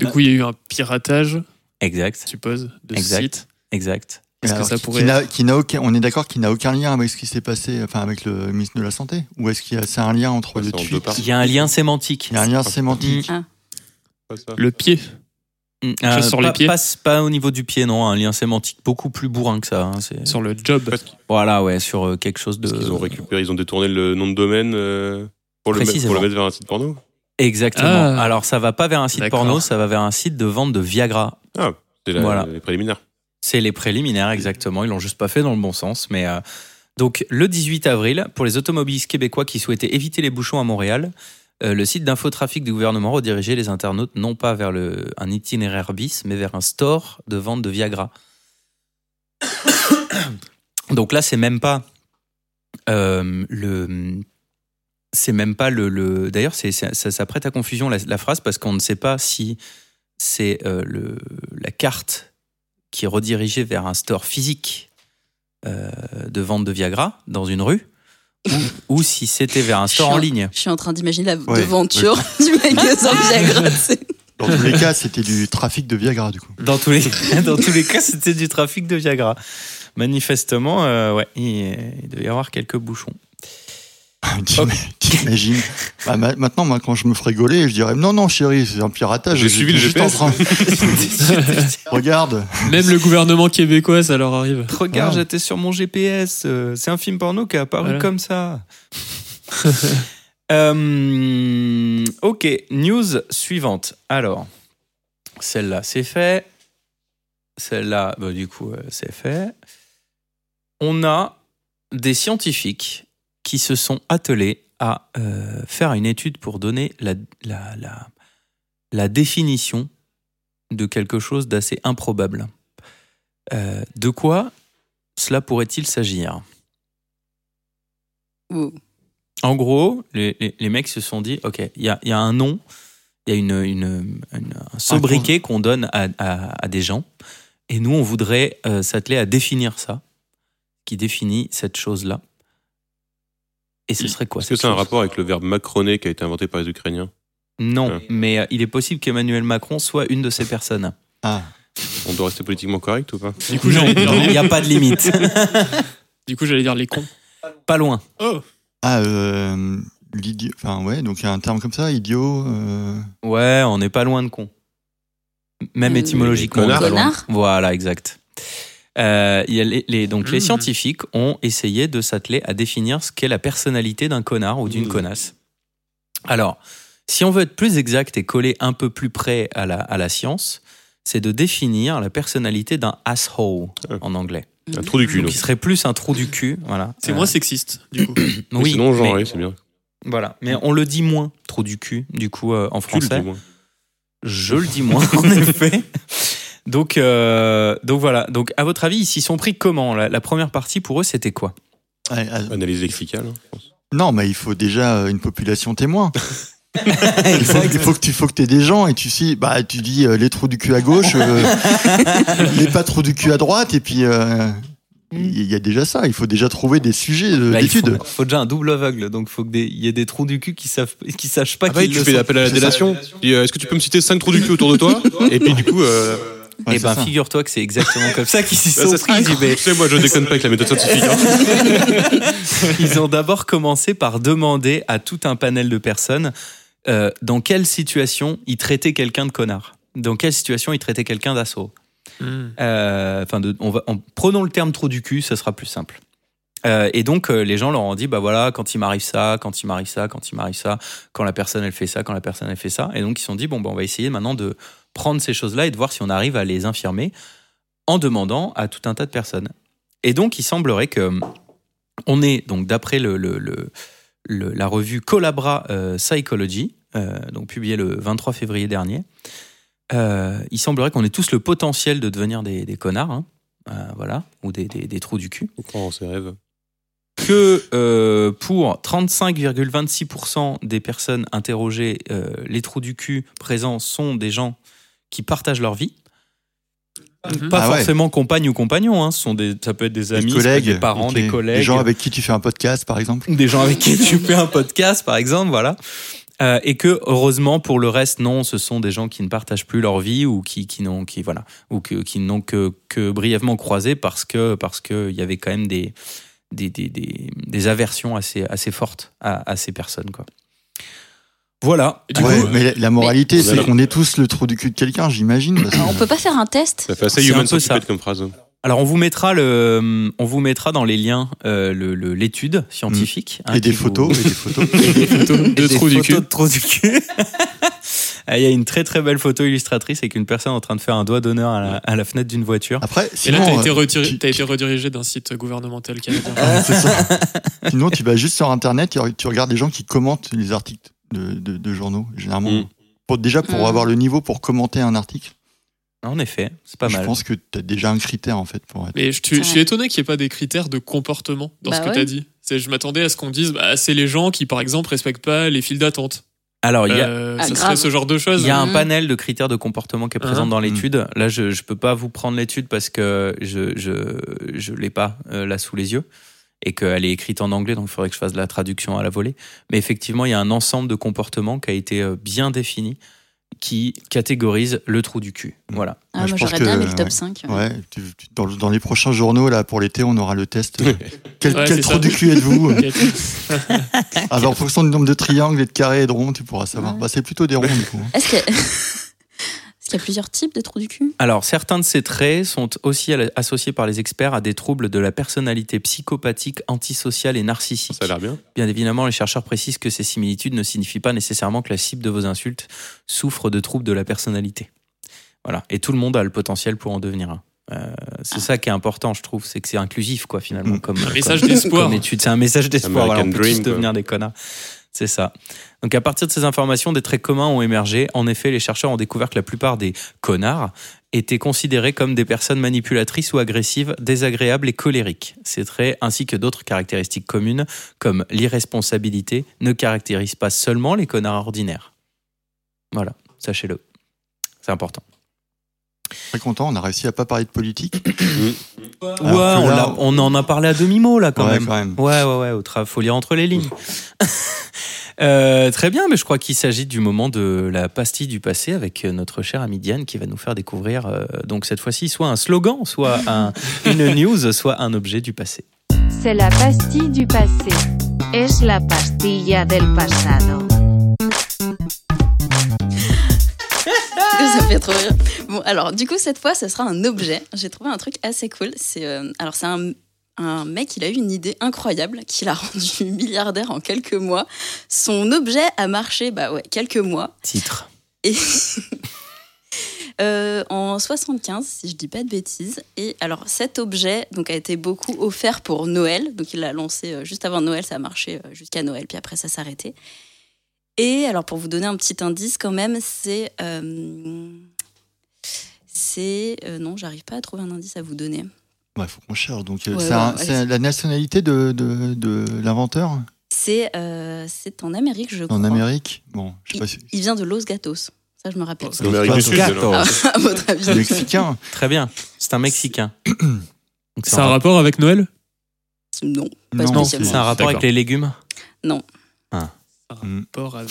S4: Du coup, il y a eu un piratage, je
S3: exact,
S4: suppose, de
S3: Exact.
S4: ce site.
S3: exact.
S4: Est-ce que
S1: Alors,
S4: ça
S1: qui- qui
S4: pourrait
S1: n'a- qui n'a aucun- on est d'accord qu'il n'a aucun lien avec ce qui s'est passé, enfin avec le ministre de la Santé Ou est-ce qu'il y a c'est un lien entre
S2: Ouais,
S1: le
S2: c'est en
S1: tweet
S2: deux parties.
S3: Il y a un lien sémantique.
S1: Il y a un lien sémantique.
S2: Pas ça.
S4: Le pied.
S3: Mm,
S4: Quelque chose sur
S3: pas,
S4: les pieds
S3: pas, pas au niveau du pied, non, un lien sémantique beaucoup plus bourrin que ça. hein, c'est-
S4: Sur le job.
S2: Parce qu'ils
S3: Voilà, ouais, sur euh, quelque chose de.
S2: parce qu'ils ont récupéré, ils ont détourné le nom de domaine euh, pour, le, me- pour
S3: Précisément.
S2: le mettre vers un site porno.
S3: Exactement.
S4: Ah.
S3: Alors, ça va pas vers un site
S4: D'accord.
S3: porno, ça va vers un site de vente de Viagra.
S2: C'est la-
S3: Voilà.
S2: les préliminaires.
S3: C'est les préliminaires, exactement. Ils l'ont juste pas fait dans le bon sens. Mais euh, donc, le 18 avril, pour les automobilistes québécois qui souhaitaient éviter les bouchons à Montréal, euh, le site d'infotrafic du gouvernement redirigeait les internautes non pas vers le, un itinéraire bis, mais vers un store de vente de Viagra. donc là, c'est même pas euh, le. C'est même pas le. le- D'ailleurs, c'est- c'est- ça, ça prête à confusion la, la phrase parce qu'on ne sait pas si c'est euh, le- la carte qui est redirigé vers un store physique euh, de vente de Viagra dans une rue, ou, ou si c'était vers un store en ligne.
S5: Je suis en train d'imaginer la
S1: Ouais.
S5: devanture du magasin Viagra. tu sais.
S1: Dans tous les cas, c'était du trafic de Viagra, du coup.
S3: Dans tous les, dans tous les cas, c'était du trafic de Viagra. Manifestement, euh, ouais, il, il devait y avoir quelques bouchons.
S1: T'im- T'imagines Bah, ma- Maintenant, moi, quand je me ferais gauler, je dirais non, non, chérie, c'est un piratage.
S2: J'ai
S1: j'étais
S2: suivi le
S1: juste en
S2: GPS.
S1: train. Regarde,
S4: Même le gouvernement québécois, ça leur arrive.
S3: Regarde,
S1: Ah.
S3: j'étais sur mon GPS. euh, C'est un film porno qui est apparu
S4: Voilà.
S3: comme ça. Euh, ok, news suivante. Alors, celle-là, c'est fait. Celle-là, bah, du coup, euh, c'est fait. On a des scientifiques qui se sont attelés à euh, faire une étude pour donner la, la- la- la définition de quelque chose d'assez improbable. Euh, de quoi cela pourrait-il s'agir
S5: Ouh.
S3: En gros, les, les- les mecs se sont dit, OK, il y a, il y a un nom, il y a une, une- une- un sobriquet qu'on donne à, à- à des gens, et nous, on voudrait euh, s'atteler à définir ça, qui définit cette chose-là. Et ce serait quoi
S2: Est-ce que
S3: cette
S2: c'est un
S3: chose
S2: rapport avec le verbe macroner qui a été inventé par les Ukrainiens
S3: Non,
S2: Ouais.
S3: mais euh, il est possible qu'Emmanuel Macron soit une de ces personnes.
S2: On doit rester politiquement correct ou pas
S3: Mm-hmm.
S4: Du coup, j'allais dire,
S3: Il
S4: les-
S3: n'y a pas de limite.
S4: du coup, j'allais dire les cons.
S3: pas loin.
S4: Oh
S1: ah, euh, l'idiot. Enfin, ouais, donc il y a un terme comme ça, idiot. euh,
S3: Ouais, on n'est pas loin de con. Même
S5: Euh,
S3: étymologiquement. on
S2: Connard.
S3: est pas loin.
S5: Connard.
S3: Voilà, exact. Euh, il y a les, les- donc les
S4: Mmh.
S3: scientifiques ont essayé de s'atteler à définir ce qu'est la personnalité d'un connard ou d'une
S2: Mmh.
S3: connasse. Alors, si on veut être plus exact et coller un peu plus près à la, à la science, c'est de définir la personnalité d'un asshole
S2: Ah.
S3: en anglais.
S2: Un trou du cul.
S3: Donc,
S2: donc.
S3: qui serait plus un trou du cul. Voilà.
S4: C'est
S3: Euh,
S4: moins sexiste, du coup.
S2: Mais
S3: oui,
S2: c'est non genré,
S3: mais-
S2: c'est bien.
S3: Voilà. Mais on le dit moins, trou du cul, du coup, euh, en
S2: Cul,
S3: français.
S2: du moins.
S3: Je le dis moins, en effet. Donc, euh, donc voilà. Donc, à votre avis, ils s'y sont pris comment la, la première partie pour eux, c'était quoi
S1: ouais, ah,
S2: Analyse lexicale. hein, je pense.
S1: non, mais il faut déjà euh, une population témoin. Il faut,
S3: Exact.
S1: il faut que tu faut que aies des gens et tu sais, bah, tu dis euh, les trous du cul à gauche, euh, les pas trous du cul à droite, et puis euh, il y a déjà ça. Il faut déjà trouver des sujets de-
S3: Là, Bah, il
S1: d'études.
S3: faut, faut déjà un double aveugle, donc faut que des- il y ait des trous du cul qui savent, qui sachent pas
S2: Ah bah,
S3: qu'ils
S2: tu
S3: le
S2: fais
S3: sont.
S2: l'appel à la
S1: C'est
S2: délation. Tu dis, euh, Est-ce que tu peux me citer 5 trous du cul autour de toi Et puis du coup, euh,
S1: Ouais,
S3: Eh
S1: c'est
S3: ben,
S1: ça.
S3: figure-toi que c'est exactement comme ça qu'ils s'y
S2: bah,
S3: sont
S2: ça
S3: pris. ils disent,
S2: serait-
S3: mais
S2: Tu sais, moi je déconne pas avec la méthode scientifique. hein.
S3: Ils ont d'abord commencé par demander à tout un panel de personnes euh, dans quelle situation ils traitaient quelqu'un de connard, dans quelle situation ils traitaient quelqu'un d'assaut.
S4: Hmm.
S3: Euh, enfin, de- on va, en, prenons le terme trou du cul, ça sera plus simple. Euh, et donc, euh, les gens leur ont dit, bah voilà, quand il m'arrive ça, quand il m'arrive ça, quand il m'arrive ça, quand la personne elle fait ça, quand la personne elle fait ça. Et donc, ils se sont dit, bon, bah, on va essayer maintenant de prendre ces choses-là et de voir si on arrive à les infirmer en demandant à tout un tas de personnes. Et donc, il semblerait que on est, donc, d'après le, le- le- le- la revue Collabra euh, Psychology, euh, donc publiée le 23 février dernier, euh, il semblerait qu'on ait tous le potentiel de devenir des, des connards, hein. Euh, voilà, ou des, des- des trous du cul.
S2: On croit en ses rêves.
S3: que euh, pour 35,26% des personnes interrogées, euh, les trous du cul présents sont des gens qui partagent leur vie. Pas
S1: Ah ouais.
S3: forcément compagnes ou compagnons, hein, ce sont des, ça peut être des
S1: Des
S3: amis, ça peut être
S1: collègues,
S3: des parents,
S1: ok.
S3: des collègues,
S1: Des gens avec qui tu fais un podcast, par exemple.
S3: des gens avec qui tu fais un podcast, par exemple, voilà. Euh, et que heureusement pour le reste, non, ce sont des gens qui ne partagent plus leur vie ou qui, qui n'ont qui voilà ou que, qui n'ont que, que brièvement croisé parce que parce que il y avait quand même des des, des, des, des aversions assez assez fortes à, à ces personnes quoi. Voilà.
S4: Et du
S1: Ouais,
S4: coup,
S1: mais la, la moralité,
S2: Mais-
S1: c'est qu'on est tous le trou du cul de quelqu'un, j'imagine. parce que-
S3: Ah,
S5: Alors, on peut pas faire un test
S2: Ça fait assez
S3: C'est un
S2: human
S3: peu ça.
S2: centipede comme phrase.
S3: Alors on vous mettra le on vous mettra dans les liens euh, le- le- l'étude scientifique hein,
S1: Mmh. et des
S3: qui vous-
S1: photos, et des photos.
S4: de
S3: Et des
S4: trous du
S3: photos
S4: cul.
S3: de trous du cul. Ah, Il y a une très très belle photo illustratrice avec une personne en train de faire un doigt d'honneur à la, à la fenêtre d'une voiture.
S1: Après,
S4: Et là,
S1: sinon,
S4: t'as
S1: euh,
S4: été, retiré-
S1: tu- Ah.
S4: t'as été redirigé d'un site gouvernemental canadien.
S1: c'est ça. sinon, tu vas juste sur Internet, tu- tu regardes les gens qui commentent les articles de, de- de journaux, généralement.
S2: Mm.
S1: Pour, déjà, pour
S5: Mm.
S1: avoir le niveau pour commenter un article,
S3: En effet, c'est pas
S1: je
S3: mal.
S1: pense que tu as déjà un critère, en fait, pour être...
S4: Mais je, tu- je
S5: Ouais.
S4: suis étonné qu'il n'y ait pas des critères de comportement dans ce
S5: Bah
S4: que
S5: ouais.
S4: t'as dit. C'est- Je m'attendais à ce qu'on dise, bah, c'est les gens qui, par exemple, respectent pas les files d'attente.
S3: Alors il y a
S4: Euh,
S5: Ah,
S4: ça serait
S5: grave.
S4: ce genre de
S3: il
S4: choses.
S3: y a un
S5: Mhm.
S3: panel de critères de comportement qui est présent
S4: Hein
S3: dans l'étude. Là, je je peux pas vous prendre l'étude parce que je je je l'ai pas euh, là sous les yeux et qu'elle est écrite en anglais, donc il faudrait que je fasse de la traduction à la volée. Mais effectivement, il y a un ensemble de comportements qui a été euh, bien défini qui catégorise le trou du cul. Voilà.
S1: Moi,
S5: ah,
S1: je pense
S5: Moi, j'aurais
S1: que-
S5: bien aimé le top 5.
S1: Ouais, tu- tu- dans, le- dans les prochains journaux, là, pour l'été, on aura le test. quel
S4: Ouais,
S1: quel
S4: c'est
S1: trou
S4: ça.
S1: du cul êtes-vous
S4: Ok.
S1: Ah, bah, En fonction du nombre de triangles et de carrés et de ronds, tu pourras savoir.
S5: Ouais.
S1: Bah, c'est plutôt des ronds, du coup. hein.
S5: Est-ce qu'il y, a... Est-ce qu'il y a plusieurs types de trous du cul
S3: Alors, certains de ces traits sont aussi al- associés par les experts à des troubles de la personnalité psychopathique, antisociale et narcissique.
S2: Ça a l'air bien.
S3: Bien évidemment, les chercheurs précisent que ces similitudes ne signifient pas nécessairement que la cible de vos insultes souffre de troubles de la personnalité. Voilà. Et tout le monde a le potentiel pour en devenir un. Euh, c'est ça qui est important, je trouve, c'est que c'est inclusif, quoi, finalement.
S1: Mm.
S3: Comme,
S4: Un
S3: comme-
S4: message d'espoir.
S3: comme étude. C'est un message d'espoir.
S2: American
S3: Voilà, on peut
S2: Dream,
S3: tous
S2: quoi.
S3: devenir des connards. C'est ça. Donc, à partir de ces informations, des traits communs ont émergé. En effet, les chercheurs ont découvert que la plupart des connards étaient considérés comme des personnes manipulatrices ou agressives, désagréables et colériques. Ces traits, ainsi que d'autres caractéristiques communes, comme l'irresponsabilité, ne caractérisent pas seulement les connards ordinaires. Voilà, sachez-le. C'est important.
S1: Très content, on a réussi à pas parler de politique.
S3: Ouais,
S1: Alors que
S3: on,
S1: là,
S3: l'a- on en a parlé à demi-mot, là, quand
S1: Ouais, bah,
S3: même.
S1: quand même.
S3: Ouais, ouais, ouais, au tra- faut lire entre les lignes. Euh, très bien, mais je crois qu'il s'agit du moment de la pastille du passé avec euh, notre chère amie Diane qui va nous faire découvrir, euh, donc cette fois-ci, soit un slogan, soit un- une news, soit un objet du passé.
S9: C'est la pastille du passé. Es la pastilla del pasado.
S5: Ça me fait trop rire. Bon, alors, du coup, cette fois, ce sera un objet. J'ai trouvé un truc assez cool. C'est, euh, alors, c'est un, un mec, il a eu une idée incroyable qui l'a rendu milliardaire en quelques mois. Son objet a marché, bah ouais, quelques mois.
S3: Titre.
S5: Et euh, en 75, si je dis pas de bêtises. Et alors, cet objet donc, a été beaucoup offert pour Noël. Donc, il l'a lancé euh, juste avant Noël, ça a marché euh, jusqu'à Noël, puis après, ça s'est arrêté. Et alors, pour vous donner un petit indice quand même, c'est. euh, c'est. euh, non, j'arrive pas à trouver un indice à vous donner.
S1: Il faut qu'on cherche. Donc, euh,
S5: Ouais,
S1: c'est
S5: ouais,
S1: un-
S5: ouais,
S1: c'est
S5: c'est-
S1: la nationalité de, de, de l'inventeur
S5: C'est euh, c'est en Amérique, je crois.
S1: en Amérique. Bon, je sais pas si.
S5: Il vient de Los Gatos. Ça, je me rappelle.
S2: C'est l'Amérique du Sud. alors.
S5: à votre avis.
S1: Mexicain.
S3: Ah, Très bien, c'est un Mexicain. Donc
S4: C'est un rapport avec Noël
S5: Non, pas
S1: Non,
S5: spécialement.
S3: c'est un rapport
S2: D'accord.
S3: avec les légumes.
S1: Mm.
S4: Rapport avec.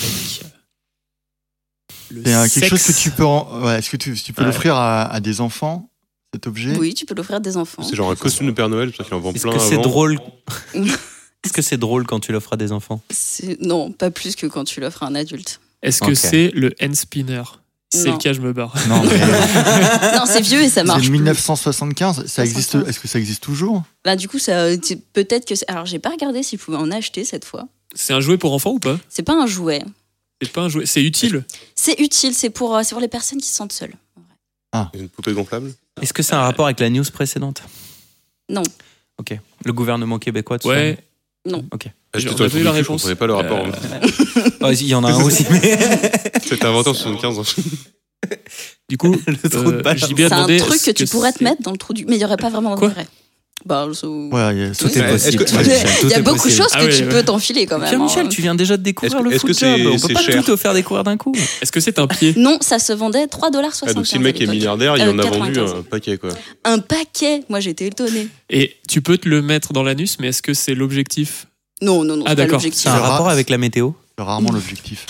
S4: euh, le
S1: C'est un- quelque chose
S4: sexe.
S1: que tu peux, en- ouais, est-ce que tu, tu peux
S4: Ouais.
S1: l'offrir à, à des enfants cet objet
S5: Oui, tu peux l'offrir à des enfants.
S2: C'est genre un costume de Père Noël, parce qu'il en vend
S3: Est-ce
S2: plein.
S3: que c'est
S2: avant.
S3: drôle Est-ce que c'est drôle quand tu l'offres à des enfants
S5: C'est- Non, pas plus que quand tu l'offres à un adulte.
S4: Est-ce que
S3: Ok.
S4: c'est le hand spinner Si c'est
S5: Non.
S4: le cas, je me barre.
S1: Non, mais
S5: non, c'est vieux et ça marche.
S1: c'est
S5: plus.
S1: 1975. Ça existe
S5: 75.
S1: Est-ce que ça existe toujours
S5: Bah, du coup, ça, euh, c'est- peut-être que. c'est- Alors, j'ai pas regardé s'ils pouvaient en acheter cette fois.
S4: C'est un jouet pour enfants ou pas
S5: C'est pas un jouet.
S4: C'est pas un jouet. C'est utile.
S5: C'est utile, c'est pour, euh, c'est pour les personnes qui se sentent seules.
S2: Une poupée gonflable
S3: Est-ce que c'est un rapport avec la news précédente
S5: Non.
S3: Ok. Le gouvernement québétois, tu
S4: Ouais.
S2: Ah, j'étais
S4: Genre,
S2: sur
S4: on
S2: le
S4: a
S2: trou
S4: eu la
S2: du cul, Je
S4: réponse.
S2: comprenais pas le rapport.
S4: Euh,
S3: sais. Oh, Il y en a un aussi, mais
S2: C'était inventé en 75. hein.
S4: Du euh, coup,
S3: le trou de
S4: euh,
S3: balle.
S4: JB a
S5: C'est un
S4: demandé
S5: truc
S3: euh,
S4: ce
S5: que tu pourrais
S4: c'est-
S5: te mettre dans le trou du. Mais il n'y aurait pas vraiment
S4: Quoi
S5: d'intérêt. Bah, so-
S1: Ouais, il y a- tout
S5: Oui,
S1: est
S5: c'est-
S1: possible.
S2: est-ce que-
S1: Ouais,
S2: Ouais.
S1: c'est-
S5: Il
S2: Tout
S5: y a
S2: est
S5: beaucoup de
S2: possible.
S5: choses que
S4: Ah oui,
S5: tu
S4: oui.
S5: peux t'enfiler quand même.
S3: Pierre
S5: hein.
S3: Michel, tu viens déjà de découvrir
S2: Est-ce que-
S3: le
S2: est-ce que
S3: foot job.
S2: c'est-
S3: On
S2: c'est
S3: peut pas
S2: cher
S3: tout te faire découvrir d'un coup.
S4: Est-ce que c'est un pied
S5: Non, ça se vendait 3,75$.
S2: Ah, donc si le mec est
S5: à l'époque.
S2: milliardaire, il en a
S5: Euh,
S2: vendu
S5: 95.
S2: un paquet quoi.
S5: Un paquet, moi j'étais étonnée.
S4: Et tu peux te le mettre dans l'anus, mais est-ce que c'est l'objectif
S5: Non, non, non,
S4: Ah,
S5: c'est pas
S4: d'accord.
S5: l'objectif.
S3: C'est un
S1: verras.
S3: rapport avec la météo.
S1: c'est rarement l'objectif.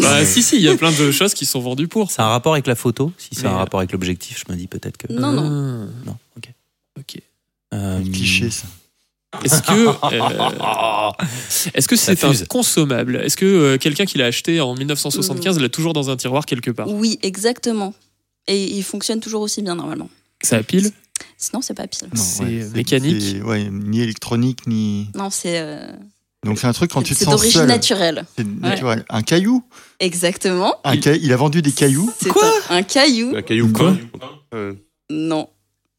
S4: Bah si, si, il y a plein de choses qui sont vendues pour.
S3: C'est un rapport avec la photo. Si c'est
S4: Mais-
S3: un rapport avec l'objectif, je me dis peut-être que.
S5: Non, non.
S3: Non, ok.
S4: Ah. Ok.
S3: Euh,
S1: Cliché, ça.
S4: Est-ce que euh,
S3: Ah,
S4: est-ce que c'est
S3: Ça
S4: un
S3: fuse.
S4: consommable Est-ce que euh, quelqu'un qui l'a acheté en 1975 l'a toujours dans un tiroir quelque part
S5: Oui, exactement. Et il fonctionne toujours aussi bien normalement.
S4: Ça pile
S5: Sinon, c'est pas pile.
S1: Non,
S4: C'est mécanique.
S1: c'est- ouais, ni électronique, ni.
S5: Non, c'est euh,
S1: Donc c'est un truc quand tu te
S5: c'est
S1: sens
S5: d'origine
S1: seul.
S5: naturelle.
S1: C'est naturel. Un caillou.
S5: Exactement.
S1: Un ca- Il a vendu des cailloux.
S5: C'est un, un caillou.
S2: Un caillou
S4: Quoi
S2: peint. Euh,
S5: Non.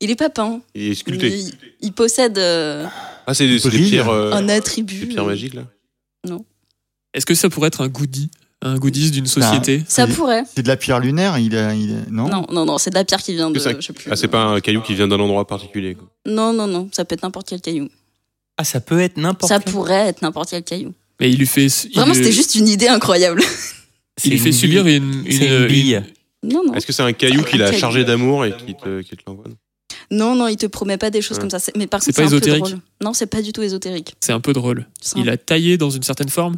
S5: Il est pas peint.
S2: Il est sculpté.
S5: Il, il possède euh,
S2: Ah, c'est des c'est des
S1: Brille.
S2: pierres. euh,
S5: un
S2: Des
S5: attribut.
S2: pierres magiques là.
S4: Est-ce que ça pourrait être un goodie Un goodies
S3: Bah.
S4: d'une société
S5: Ça
S1: Oui.
S5: pourrait.
S1: C'est de la pierre lunaire. Il a, il a- non.
S5: Non, non, non, c'est de la pierre qui vient de.
S2: Que ça-
S5: je sais plus.
S2: Ah, c'est pas un caillou qui vient d'un endroit particulier. quoi.
S5: Non, non, non, ça peut être n'importe quel caillou.
S3: Ah, ça peut être n'importe.
S5: Ça
S3: quel-
S5: pourrait être n'importe quel caillou.
S4: Mais il lui fait il
S5: Vraiment,
S4: lui-
S5: c'était juste une idée incroyable.
S3: C'est
S4: il lui
S3: une
S4: fait
S3: bille.
S4: subir une
S3: C'est une bille.
S5: Non, non.
S2: Est-ce que c'est un caillou
S5: Ah,
S2: qu'il a
S5: caillou.
S2: chargé d'amour et qui te, qui te l'envoie
S5: Non, non, il te promet pas des choses
S2: Ouais.
S5: comme ça. C'est- Mais par
S4: C'est
S5: contre,
S4: pas
S5: c'est un
S4: ésotérique
S5: peu drôle. Non, c'est pas du tout ésotérique.
S4: C'est un peu drôle.
S5: C'est un-
S4: Il a taillé dans une certaine forme.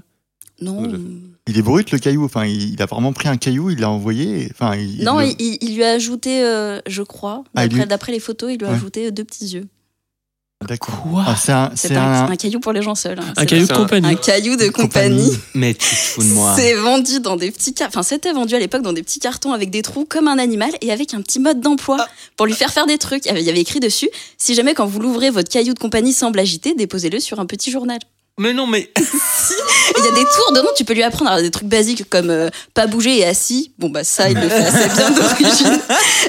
S5: Non,
S2: Tout à fait.
S1: Il est brut le caillou. Enfin, il, il a vraiment pris un caillou. Il l'a envoyé. et- Enfin, il,
S5: non,
S1: il
S5: il,
S1: le-
S5: il- il lui a ajouté, euh, je crois,
S1: Ah, il
S5: d'après
S1: lui-
S5: d'après les photos, il lui a
S1: Ouais.
S5: ajouté euh, deux petits yeux.
S1: D'accord.
S3: Quoi
S1: Ah, c'est un,
S5: C'est
S1: c'est
S5: un,
S1: un-
S5: un caillou pour les gens seuls. hein.
S4: Un
S5: C'est
S4: caillou de
S2: ça.
S5: un
S4: compagnie.
S5: caillou de compagnie.
S3: Mais tu te fous de moi.
S5: C'est vendu dans des petits cartons. Enfin, c'était vendu à l'époque dans des petits cartons avec des trous comme un animal et avec un petit mode d'emploi
S1: Ah.
S5: pour lui faire faire des trucs. Il y avait écrit dessus si jamais quand vous l'ouvrez, votre caillou de compagnie semble agité, déposez-le sur un petit journal.
S3: Mais non, mais
S5: Et Il y a des tours dedans, tu peux lui apprendre alors, des trucs basiques comme euh, pas bouger et assis. Bon, bah ça, il le fait, c'est bien d'origine.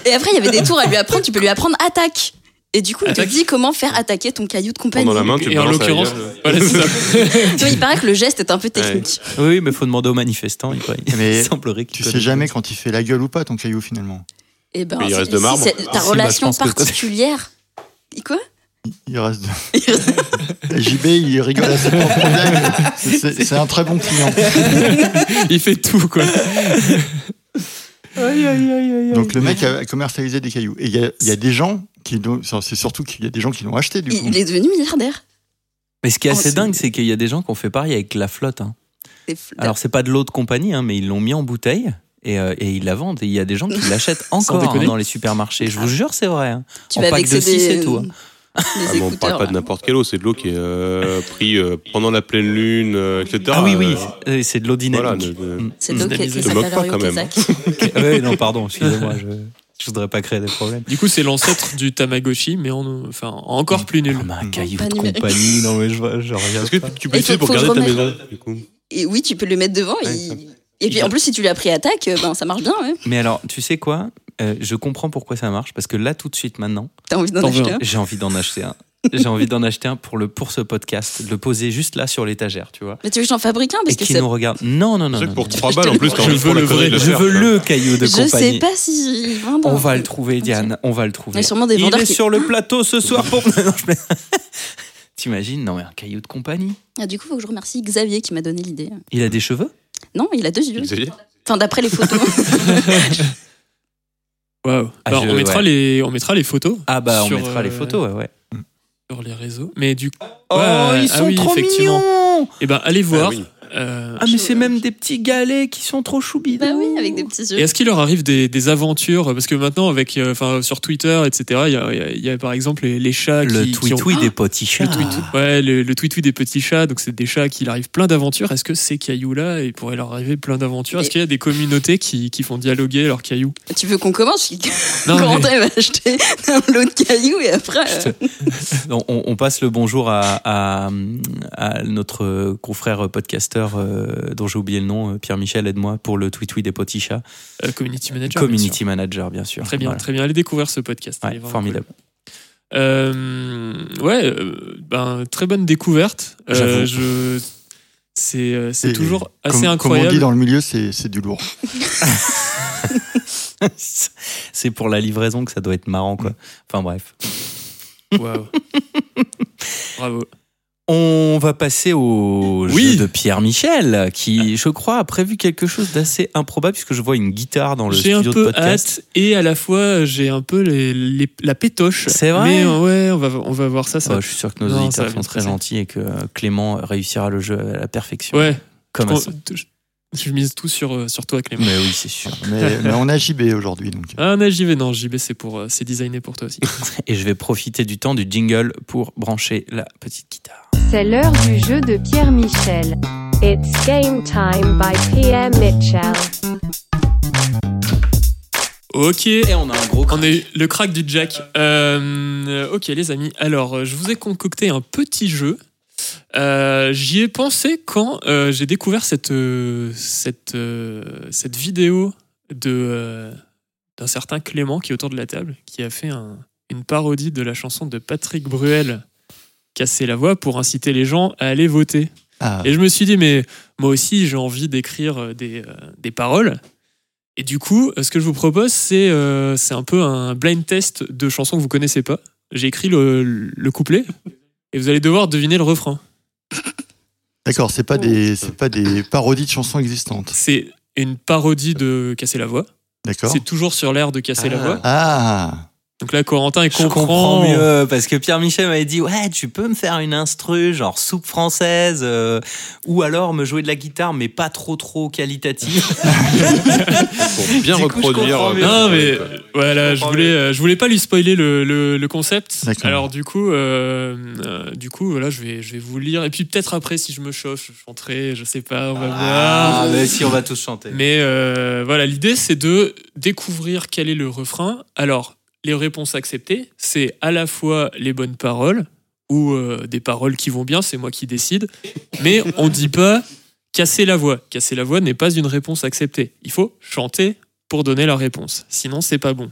S5: Et après, il y avait des tours à lui apprendre, tu peux lui apprendre attaque. Et du coup, il
S4: Attaque.
S5: te dit comment faire attaquer ton caillou de compagnie.
S2: Pendant la main, tu
S4: Et en
S2: balances la
S4: l'occurrence,
S2: gueule.
S4: voilà, c'est ça.
S5: Tu vois, il paraît que le geste est un peu technique.
S3: oui, mais faut demander aux manifestants. Il, il
S1: Mais
S3: semblerait qu'ils
S1: Tu
S3: connaissent.
S1: sais jamais quand il fait la gueule ou pas ton caillou finalement.
S5: Et ben,
S2: Mais il
S5: si-
S2: reste de
S5: si
S2: marbre.
S5: c'est
S3: Ah, si,
S5: ta
S3: bah, je
S5: relation
S3: pense que-
S5: particulière. Quoi
S1: Il reste. JB, il rigole à ses propres blagues. C'est c'est un très bon client.
S4: Il fait tout quoi.
S1: Donc le mec a commercialisé des cailloux. Et il y a, il y a des gens qui l'ont. C'est surtout qu'il y a des gens qui l'ont acheté du coup.
S5: Il est devenu milliardaire.
S3: Mais ce qui est
S5: Oh,
S3: assez
S5: c'est-
S3: dingue, c'est qu'il y a des gens qui ont fait pareil avec la flotte. hein.
S5: C'est fou.
S3: Alors, c'est pas de l'eau de compagnie, hein, mais ils l'ont mis en bouteille. Et, euh, et ils la vendent. Et il y a des gens qui l'achètent encore hein,
S4: déconner.
S3: dans les supermarchés. Je vous jure, c'est vrai. hein.
S5: tu
S3: en
S5: vas
S3: pack
S5: vexer
S3: de six,
S5: des, euh,
S3: c'est tout, hein.
S5: des
S2: Ah, mais on
S5: écouteurs.
S2: parle pas de
S5: là.
S2: n'importe quelle eau, c'est de l'eau qui est euh, pris euh, pendant la pleine lune, euh, etc.
S3: Ah oui, oui,
S2: Euh,
S3: euh, c'est de l'eau
S2: voilà,
S3: dynamique.
S2: ne- ne-
S3: Mm.
S5: C'est donc euh,
S4: Mmh.
S5: qui
S4: Je
S5: qui
S4: me
S5: s'appelle
S2: moque pas,
S5: Rio
S2: quand même.
S5: Kazak.
S3: Ok, ouais, non, pardon, excusez-moi. Je, je voudrais pas créer des problèmes.
S4: Du coup, c'est l'ancêtre du Tamagotchi, mais en, enfin, encore plus nul.
S3: Non, Ah, mais un caillou
S5: Pas
S3: de
S5: numérique.
S3: compagnie, non, mais je, vois- je reviens.
S2: Est-ce que tu peux
S5: Et
S2: l'utiliser
S5: faut-
S2: pour
S5: faut
S2: garder ta
S5: remettre-
S2: maison du coup
S5: Et oui, tu peux le mettre devant.
S2: Ouais,
S5: et...
S2: ça-
S5: et puis en plus, si tu lui as pris attaque, euh, ben, ça marche bien. ouais.
S3: Mais alors, tu sais quoi Euh, Je comprends pourquoi ça marche, parce que là, tout de suite, maintenant,
S5: T'as envie d'en
S4: T'en veux
S5: acheter un.
S3: j'ai envie d'en acheter un. J'ai envie d'en acheter un pour, le, pour ce podcast, de le poser juste là sur l'étagère, tu vois.
S5: Mais tu veux que j'en fabrique un parce
S3: Et
S5: que
S3: qui
S5: c'est...
S3: nous regarde. Non, non, non.
S2: C'est
S3: non,
S2: vrai que pour
S3: non.
S2: 3 balles en plus, t'as
S4: Je
S2: envie de
S4: veux
S2: prendre
S4: le
S2: la connerie
S4: vrai,
S2: de le
S3: Je
S2: faire.
S3: veux le caillou de
S5: Je sais
S3: compagnie.
S5: pas si ils vendent.
S3: On va le trouver,
S5: Ok.
S3: Diane. On va le
S5: Il y
S3: trouver.
S5: a sûrement des
S3: Il
S5: vendeurs
S3: est
S5: qui-
S3: sur le plateau ce soir pour. Non, je plaisante. T'imagines Non, mais un caillou de compagnie.
S5: Ah, du coup, faut que je remercie Xavier qui m'a donné l'idée.
S3: Il a des cheveux
S5: Non, il a deux yeux.
S2: Xavier
S5: Enfin, d'après les photos.
S4: Waouh.
S3: Ah,
S4: Alors,
S3: je-
S4: on mettra
S3: ouais.
S4: les, on mettra les photos
S3: Ah bah, on
S4: Sur,
S3: mettra les
S4: euh,
S3: photos, ouais, ouais.
S4: sur les réseaux. Mais du coup,
S3: Oh,
S4: ouais,
S3: ils
S4: ah
S3: sont
S4: oui,
S3: trop
S4: effectivement.
S3: mignons
S4: eh ben, allez voir.
S2: Ah oui.
S4: euh,
S3: Ah, mais c'est même des petits galets qui sont trop choubidous.
S5: bah oui, avec des petits
S4: Et
S5: yeux.
S4: est-ce qu'il leur arrive des, des aventures Parce que maintenant, avec, euh, enfin, sur Twitter, etc., il y a, il y a- il y a par exemple les, les chats
S3: Ah, Le
S4: qui, qui ont-
S3: tweet
S5: Ah.
S3: des petits chats.
S4: Le tweet, ouais, le, le tweet des petits chats, donc c'est des chats qui leur arrivent plein d'aventures. Est-ce que ces cailloux-là, il pourrait leur arriver plein d'aventures Est-ce
S5: Et-
S4: qu'il y a des communautés qui, qui font dialoguer leurs cailloux
S5: Tu veux qu'on commence Parce que
S4: Non, mais-
S5: Corentin il va acheter un lot de cailloux et après. euh,
S3: Je On, on- on passe le bonjour à, à- à notre euh, confrère podcasteur euh, dont j'ai oublié le nom, euh, Pierre-Michel, aide-moi, pour le tweet des petits chats.
S4: Euh, community manager. bien
S3: Community
S4: sûr.
S3: manager, bien sûr.
S4: Très bien,
S3: Voilà.
S4: très bien. Allez découvrir ce podcast. il est
S3: Ouais,
S4: vraiment
S3: formidable.
S4: cool. Euh, ouais, euh, ben, très bonne découverte. Euh,
S3: J'avoue.
S4: je... C'est euh, c'est
S1: Et
S4: toujours
S1: comme-
S4: assez
S1: Comme on dit
S4: incroyable.
S1: dans le milieu, c'est c'est du lourd.
S4: Mm.
S3: C'est pour la livraison que ça doit être marrant, quoi. Enfin bref.
S4: Waouh. Bravo.
S3: On va passer au
S4: Oui.
S3: jeu de Pierre Michel, qui, je crois, a prévu quelque chose d'assez improbable, puisque je vois une guitare dans le
S4: J'ai
S3: studio
S4: un
S3: de
S4: peu
S3: podcast.
S4: hâte et à la fois j'ai un peu les- les- la pétoche.
S3: C'est vrai
S4: Mais euh, ouais, on va, on va voir ça. ça.
S3: Oh, je suis sûr que nos
S4: Non, ça
S3: auditeurs
S4: va
S3: sont
S4: bien se
S3: très
S4: passer.
S3: gentils et que euh, Clément réussira le jeu à la perfection.
S4: ouais,
S3: Comme
S4: je,
S3: à
S4: pense-
S3: ça.
S4: je- je mise tout sur, euh, sur toi, Clément.
S3: Mais oui, c'est sûr.
S1: Mais, mais on a JB aujourd'hui, donc.
S4: Ah, non, JB, non, JB, c'est pour, euh, c'est designé pour toi aussi.
S3: Et je vais profiter du temps du jingle pour brancher la petite guitare.
S9: C'est l'heure du jeu de Pierre Michel. It's game time by Pierre Mitchell.
S4: ok.
S3: Et on a un gros
S4: On est le crack du Jack. Euh, ok, les amis. Alors, euh, je vous ai concocté un petit jeu. Euh, J'y ai pensé quand euh, j'ai découvert cette, euh, cette, euh, cette vidéo de euh, d'un certain Clément qui est autour de la table, qui a fait un- une parodie de la chanson de Patrick Bruel, Casser la voix, pour inciter les gens à aller voter.
S1: Ah,
S4: Et je me suis dit, mais moi aussi, j'ai envie d'écrire euh, des, euh, des paroles. Et du coup, euh, ce que je vous propose, c'est euh, c'est un peu un blind test de chansons que vous connaissez pas. J'ai écrit le, le couplet et vous allez devoir deviner le refrain.
S1: d'accord, c'est pas des, c'est pas des parodies de chansons existantes.
S4: C'est une parodie de Casser la voix.
S1: D'accord.
S4: C'est toujours sur l'air de Casser la
S2: Ah.
S4: voix.
S1: Ah,
S4: Donc là, Corentin, il
S3: Je
S4: comprend.
S3: comprends mieux parce que Pierre Michel m'avait dit ouais tu peux me faire une instru genre soupe française euh, ou alors me jouer de la guitare mais pas trop trop qualitative.
S4: Ah,
S2: Pour bien
S3: Du coup, je
S2: reproduire. euh,
S3: comprends mieux.
S4: Non, mais
S2: Ouais, ouais.
S4: voilà, je voulais, euh, je voulais pas lui spoiler le, le- le concept.
S1: D'accord.
S4: Alors du coup, euh, euh, du coup, voilà, je vais, je vais vous lire. Et puis peut-être après, si je me chauffe, je chanterai, je sais pas, on va
S3: Ah,
S4: voir.
S3: mais si on va tous chanter.
S4: bah. Mais euh, voilà, l'idée c'est de découvrir quel est le refrain. Alors, les réponses acceptées, c'est à la fois les bonnes paroles ou euh, des paroles qui vont bien, c'est moi qui décide. Mais on dit pas casser la voix. Casser la voix n'est pas une réponse acceptée. Il faut chanter pour donner la réponse. Sinon, c'est pas bon.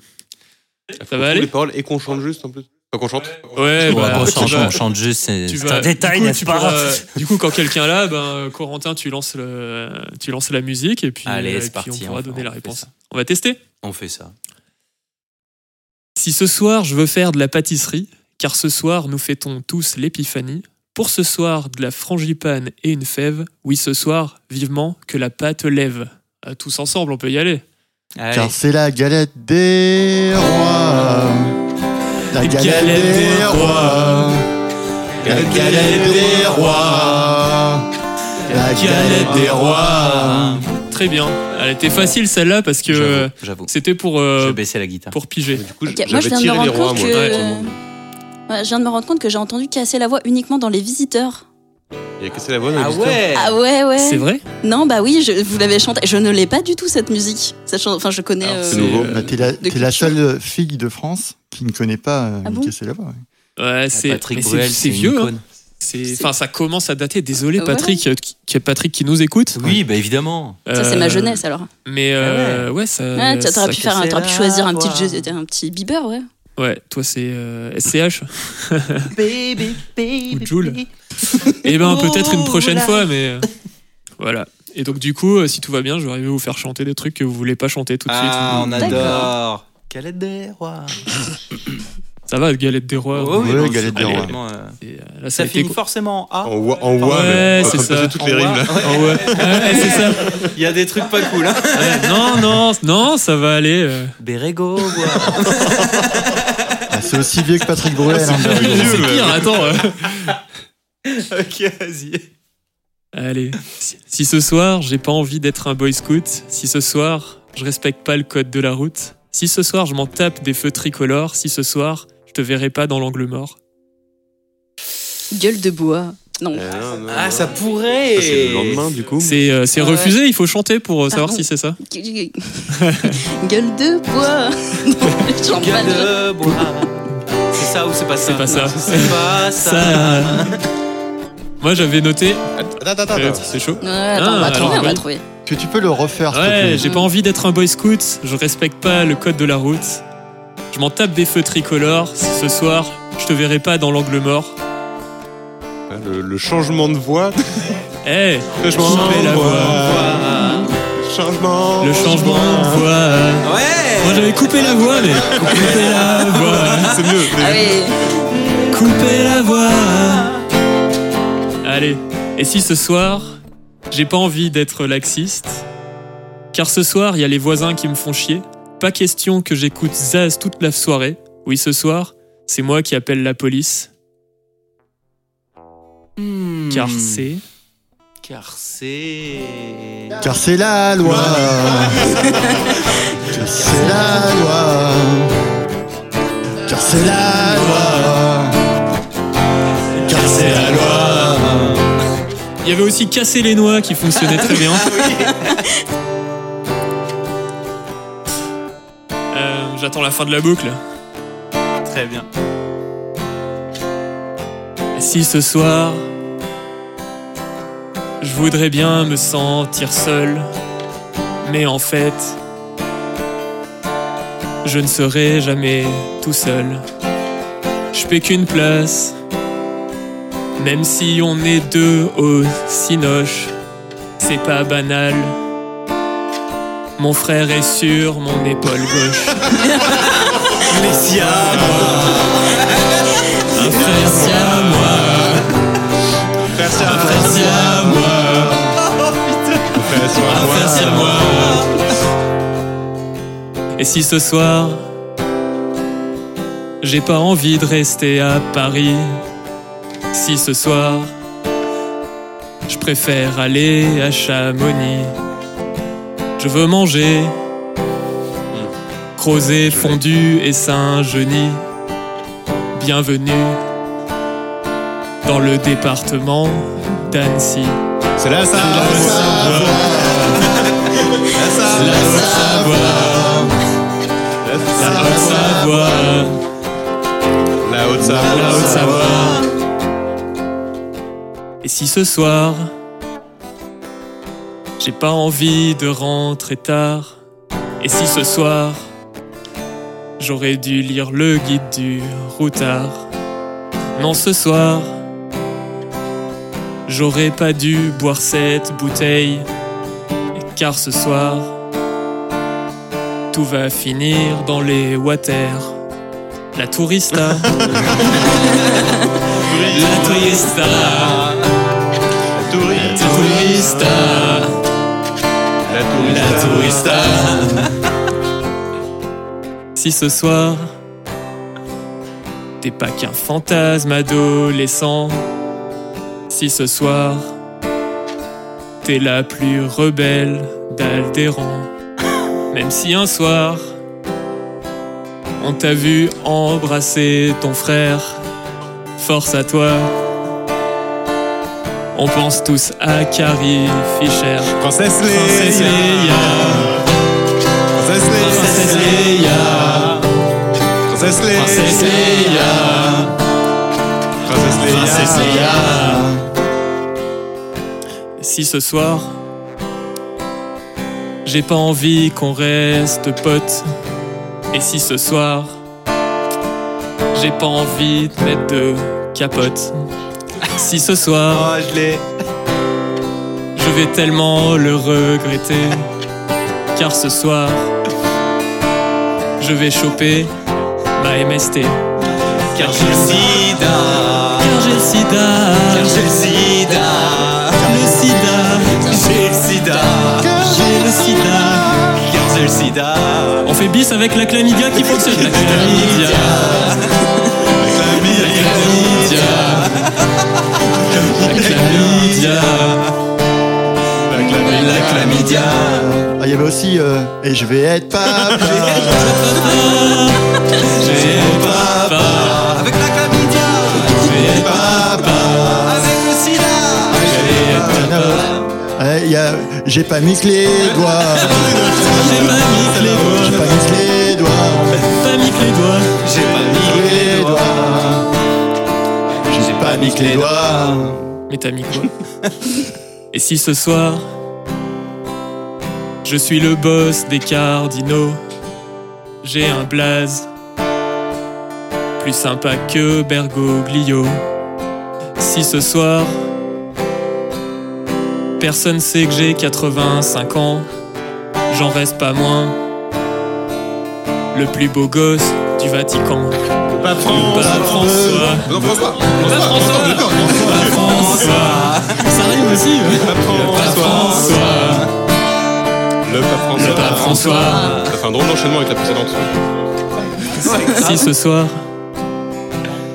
S4: Ça
S2: Faut tous
S4: va aller
S2: les paroles et qu'on chante juste en plus. Enfin, qu'on chante.
S4: Ouais,
S3: Bon,
S4: bah,
S3: on
S4: tu
S3: chante,
S4: vas-
S3: on chante juste, c'est
S4: tu
S3: c'est
S4: vas-
S3: un détail,
S4: du coup,
S3: n'est-ce
S4: tu
S3: pas
S4: pourras- Du coup, quand quelqu'un là, ben, Corentin, tu lances, le, tu lances la musique et puis, euh,
S3: Allez,
S4: et
S3: c'est
S4: puis
S3: parti,
S4: on pourra
S3: on-
S4: donner
S3: on
S4: la
S3: fait
S4: réponse.
S3: ça.
S4: On va tester
S3: On fait ça.
S4: Si ce soir je veux faire de la pâtisserie, car ce soir nous fêtons tous l'épiphanie, pour ce soir de la frangipane et une fève, oui ce soir, vivement que la pâte lève. Ah, tous ensemble, on peut y aller.
S3: Allez.
S1: car c'est la galette des rois. La
S4: Les
S1: galette,
S4: galettes
S1: des,
S4: des
S1: rois. La galette des rois. La galette des rois.
S4: Très bien. Elle était facile celle-là parce que euh,
S3: J'avoue, J'avoue.
S4: c'était pour,
S3: Je
S4: euh,
S3: vais baisser la guitare.
S4: pour piger.
S2: Du coup,
S5: Ok, moi,
S2: j'avais
S5: je viens de me
S2: tiré les
S5: rendre
S2: rois,
S5: compte
S2: moi.
S5: que.
S4: Ouais, tout le
S5: Ouais, je viens de me rendre compte que j'ai entendu casser la voix uniquement dans les visiteurs.
S2: Il y a cassé la voix. dans
S3: Ah
S2: l'histoire.
S3: ouais
S5: Ah ouais, ouais.
S4: C'est vrai
S5: Non, bah oui, je, vous l'avez chanté. Je ne l'ai pas du tout cette musique. Cette chan- Enfin, je connais.
S4: Alors,
S5: euh,
S4: c'est
S2: nouveau.
S4: euh,
S1: Bah, T'es la, t'es la seule fille de France qui ne connaît pas euh,
S5: Ah bon
S1: Mickey Célèbre, ouais.
S4: Ouais, c'est
S3: Ah, Patrick
S4: mais c'est-
S3: Bruel,
S4: c'est
S3: c'est une
S4: vieux. hein.
S3: icône.
S4: C'est-
S5: C'est-
S4: Enfin, ça commence à dater. Désolé
S5: Euh, voilà.
S4: Patrick, euh, qui- qui- Patrick qui nous écoute.
S3: Oui, bah évidemment.
S5: Ça, c'est
S4: Euh,
S5: ma jeunesse alors.
S4: Mais euh, ouais. ça.
S5: Ouais, tu
S4: ça
S5: T'aurais pu, faire un-
S3: cassait
S5: t'aurais pu
S3: la
S5: choisir un
S3: voix.
S5: petit, jeu- un petit Bieber, ouais.
S4: Ouais, toi c'est euh, SCH. baby, Ou Joule. Eh ben peut-être une prochaine fois, mais euh, voilà. Et donc du coup, euh, si tout va bien, je vais arriver à vous faire chanter des trucs que vous voulez pas chanter tout de
S3: Ah, on
S4: suite.
S3: adore. Galette des rois.
S4: Ça va, galette des rois.
S1: oui,
S3: non,
S1: ouais, Galette
S3: c'est
S1: des rois.
S3: complètement, euh,
S4: Et, euh,
S3: Oh,
S4: là, ça, Oh,
S3: Ça
S4: a été
S3: finit forcément ah.
S2: En voix, en
S3: Ouais,
S2: voix, mais on
S4: c'est
S2: va
S4: ça.
S2: passer toutes les
S3: En
S2: rimes là.
S3: voix.
S4: Oh, ouais. Ouais, c'est ça.
S3: Il y a des trucs pas cool. Hein.
S4: Ouais, non, non, non, ça va aller. euh.
S3: Bérégo, voix.
S1: Ah, C'est aussi vieux que Patrick Bruel. hein.
S4: C'est pire, attends. euh.
S3: ok, vas-y.
S4: Allez. Si- Si ce soir, j'ai pas envie d'être un boy scout, si ce soir, je respecte pas le code de la route, si ce soir, je m'en tape des feux tricolores, si ce soir, je te verrai pas dans l'angle mort.
S5: Gueule de bois. Non.
S2: Euh, non, non,
S3: Ah,
S2: non.
S3: ça
S2: Ça,
S3: pourrait.
S2: c'est le lendemain du coup.
S4: C'est euh, c'est
S5: Ah ouais.
S4: refusé, il faut chanter pour
S3: Ah
S4: euh, savoir
S5: Pardon.
S4: si c'est ça.
S5: Gueule de bois. non, j'en
S3: Gueule
S5: parle.
S3: de bois. C'est ça ou c'est pas ça
S4: C'est pas ça.
S3: C'est pas ça.
S4: Ça. Moi j'avais noté.
S2: Attends, attends,
S4: Euh,
S2: attends.
S4: C'est chaud.
S5: Ouais, attends, on
S4: Ah,
S5: va trouver,
S4: alors,
S5: on va
S4: oui.
S5: trouver.
S1: Que tu peux le refaire, s'il te
S4: Ouais,
S1: plaît.
S4: j'ai pas envie d'être un boy scout, je respecte pas le code de la route. Je m'en tape des feux tricolores, ce soir, je te verrai pas dans l'angle mort.
S2: Hein, Le, le changement de voix.
S4: Eh,
S2: Changement
S4: fais la
S2: de voix.
S3: Bois.
S2: Changement.
S4: le changement de voix.
S3: Ouais.
S4: Moi j'avais coupé la voix, mais. Coupé la voix.
S2: C'est mieux.
S5: Ah oui.
S3: couper la voix.
S4: Allez, et si ce soir, j'ai pas envie d'être laxiste Car ce soir, il y a les voisins qui me font chier. Pas question que j'écoute Zaz toute la soirée. Oui, ce soir, c'est moi qui appelle la police.
S3: Hmm.
S4: Car
S1: Hmm.
S4: c'est.
S3: Car c'est.
S1: Car c'est la loi. Car c'est la loi. Car c'est la loi. Car c'est la loi.
S4: Il y avait aussi Casser les noix qui fonctionnait très bien.
S1: Ah
S4: Euh, J'attends la fin de la boucle.
S3: Très bien.
S4: Si ce soir, je voudrais bien me sentir seul, mais en fait, je ne serai jamais tout seul. Je paie qu'une place, même si on est deux au cinoche, c'est pas banal. Mon frère est sur mon épaule gauche.
S1: Laissez à moi.
S4: Un frère, c'est à moi. Un frère, c'est à moi. Un frère, c'est à moi. Et si ce soir, j'ai pas envie de rester à Paris, si ce soir, je préfère aller à Chamonix, je veux manger. Crozet, fondu et Saint-Genis. Bienvenue dans le département d'Annecy.
S2: C'est là, ça.
S4: La Haute-Savoie, Ah, la Haute-Savoie,
S2: La haute
S4: la Haute-Savoie. Et si ce soir, j'ai pas envie de rentrer tard, et si ce soir, j'aurais dû lire le guide du routard, non ce soir, j'aurais pas dû boire cette bouteille, car ce soir, tout va finir dans les water. La tourista. La tourista. La tourista. La tourista. Si ce soir, t'es pas qu'un fantasme adolescent. Si ce soir, t'es la plus rebelle d'Altéran. Même si un soir, on t'a vu embrasser ton frère, force à toi. On pense tous à Carrie Fisher.
S2: Princesse
S4: Princesse Leia,
S2: Princesse
S4: Princesse Leia,
S2: Princesse Leia.
S4: Princesse Leia,
S2: Princesse Leia.
S4: Princesse Leia. Si ce soir, j'ai pas envie qu'on reste potes. Et si ce soir, j'ai pas envie de mettre de capote. Si ce soir,
S3: Ah,
S1: je l'ai.
S4: je vais tellement le regretter. Car ce soir, je vais choper ma MST. Car j'ai le sida. Car j'ai le sida. Car j'ai le sida. Le sida. J'ai le sida. J'ai le sida. Car j'ai le sida. On fait bis avec la chlamydia qui fonctionne. La chlamydia. La chlamydia. La chlamydia. La chlamydia.
S1: Ah, il y avait aussi euh, Et je vais être papa.
S4: J'ai papa.
S6: Avec la chlamydia,
S4: J'ai
S1: papa.
S6: avec le sida,
S1: Ah, Ouais, il y a- J'ai pas mis que les doigts.
S4: J'ai pas mis les
S1: J'ai pas mis que les
S4: doigts.
S1: doigts.
S4: Pas mis que les doigts.
S1: J'ai pas mis que les doigts. J'ai pas mis que les doigts.
S4: Mais t'as mis quoi Et si ce soir, je suis le boss des cardinaux, j'ai un blaze plus sympa que Bergoglio. Si ce soir, personne sait que j'ai 85 ans, j'en reste pas moins le plus beau gosse du Vatican.
S2: Pape François.
S4: Pape François.
S2: Non, François.
S4: Pape Euh, François.
S2: D'accord, François.
S4: Pape François. Ça rime aussi.
S2: Pape
S4: Pape François.
S2: Le Pape François.
S4: Le Pape Ah. François.
S2: Ça fait un drôle d'enchaînement avec la précédente.
S4: Si ce soir,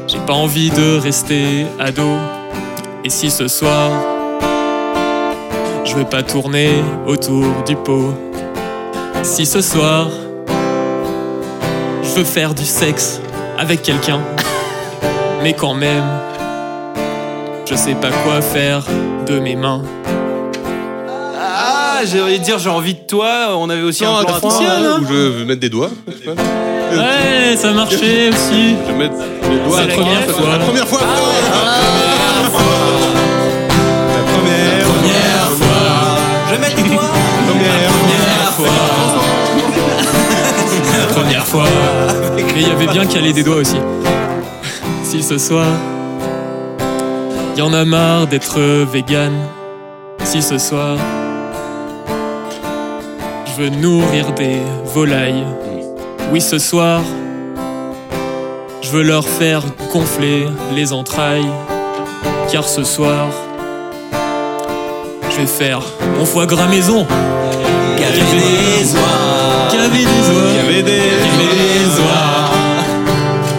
S4: j'ai pas envie de rester ado. Et si ce soir, je veux pas tourner autour du pot. Si ce soir, je veux faire du sexe avec quelqu'un. Mais quand même, je sais pas quoi faire de mes mains.
S3: Ah, j'ai envie de dire, j'ai envie de toi. On avait aussi un plan à trois.
S4: fonctionne, hein.
S2: Où je veux mettre des doigts. Je sais pas.
S4: Ouais, ça marchait aussi.
S2: Je vais mettre les doigts.
S4: C'est la première
S2: fois.
S4: fois.
S2: La première fois. La première
S3: Je vais mettre du doigt.
S4: première fois. La première fois. Mais il y avait bien calé des doigts aussi. Si ce soir, il y en a marre d'être vegan. Si ce soir, je veux nourrir des volailles. Oui, ce soir, je veux leur faire gonfler les entrailles. Car ce soir, je vais faire mon foie gras maison. Cavé des
S2: Il y
S4: oies.
S2: avait des.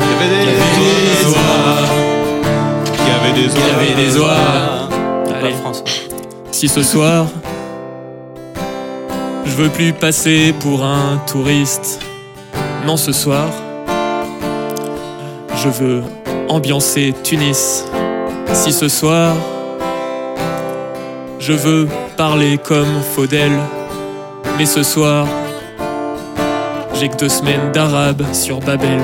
S2: Il y avait des. Il y avait des.
S4: Il y avait des oies. Allez.
S3: Pape François.
S4: Si ce soir, je veux plus passer pour un touriste. Non, ce soir, je veux ambiancer Tunis. Si ce soir, je veux parler comme Faudel. Mais ce soir, j'ai que deux semaines d'arabe sur Babel.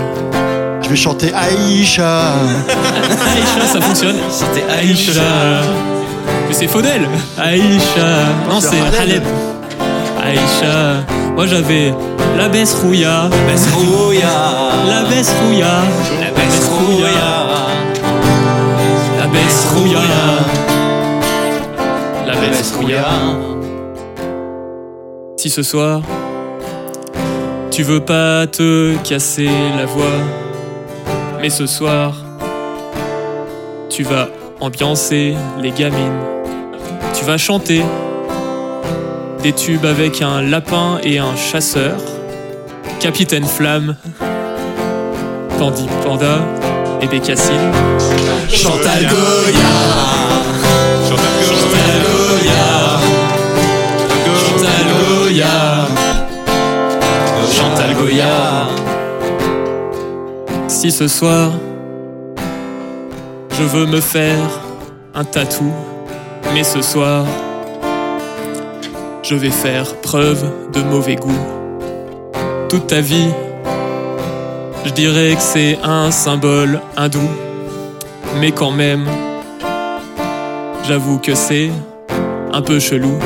S1: Je vais chanter Aïcha.
S4: Aïcha, Ah, ça fonctionne.
S3: Chanter
S4: Aïcha. Mais c'est Faudel. Aïcha. Non, c'est
S1: Haleb.
S4: Haleb. Aïcha. Moi, j'avais la baisse rouilla. La baisse rouilla. La baisse La baisse rouilla. La baisse rouilla. Si ce soir, tu veux pas te casser la voix, mais ce soir, tu vas ambiancer les gamines. Tu vas chanter des tubes avec un lapin et un chasseur. Capitaine Flamme, Candy Panda et Bécassine. Chantal Goya, Chantal Goya, Chantal Goya, Chantal Goya. Si ce soir, je veux me faire un tatou, mais ce soir, je vais faire preuve de mauvais goût. Toute ta vie, je dirais que c'est un symbole hindou, mais quand même, j'avoue que c'est un peu chelou.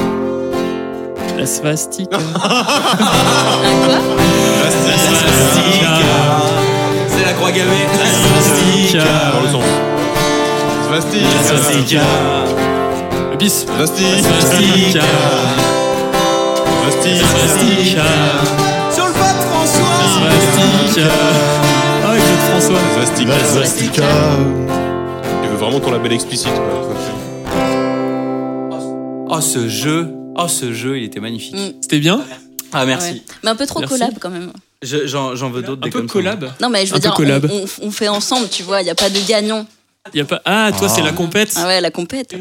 S4: La svastique. La svastika.
S3: C'est la croix gammée.
S2: Dans le sens. Svastika.
S4: Le bis.
S2: Svastika.
S4: Svastika.
S2: Svastika.
S4: Svastika.
S3: Sur le pas de François.
S4: Svastika. Ah, Claude François.
S2: Svastika.
S1: La Svastika.
S2: Tu veux vraiment ton label explicite. quoi.
S3: Oh ce jeu. Oh ce jeu, il était magnifique.
S5: Mm.
S4: C'était bien
S3: Ah
S5: Ouais.
S3: merci.
S5: Mais un peu trop
S4: Merci.
S5: collab quand même.
S3: Je- J'en j'en veux d'autres.
S4: Un
S3: des
S4: peu
S3: comme ça.
S4: collab.
S5: Non, mais je veux
S4: Un peu
S5: dire,
S4: collab.
S5: on, on- on fait ensemble, tu vois, il n'y a pas de gagnant.
S4: Y a pas... Ah, toi, c'est la compète.
S5: Ah ouais, la compète.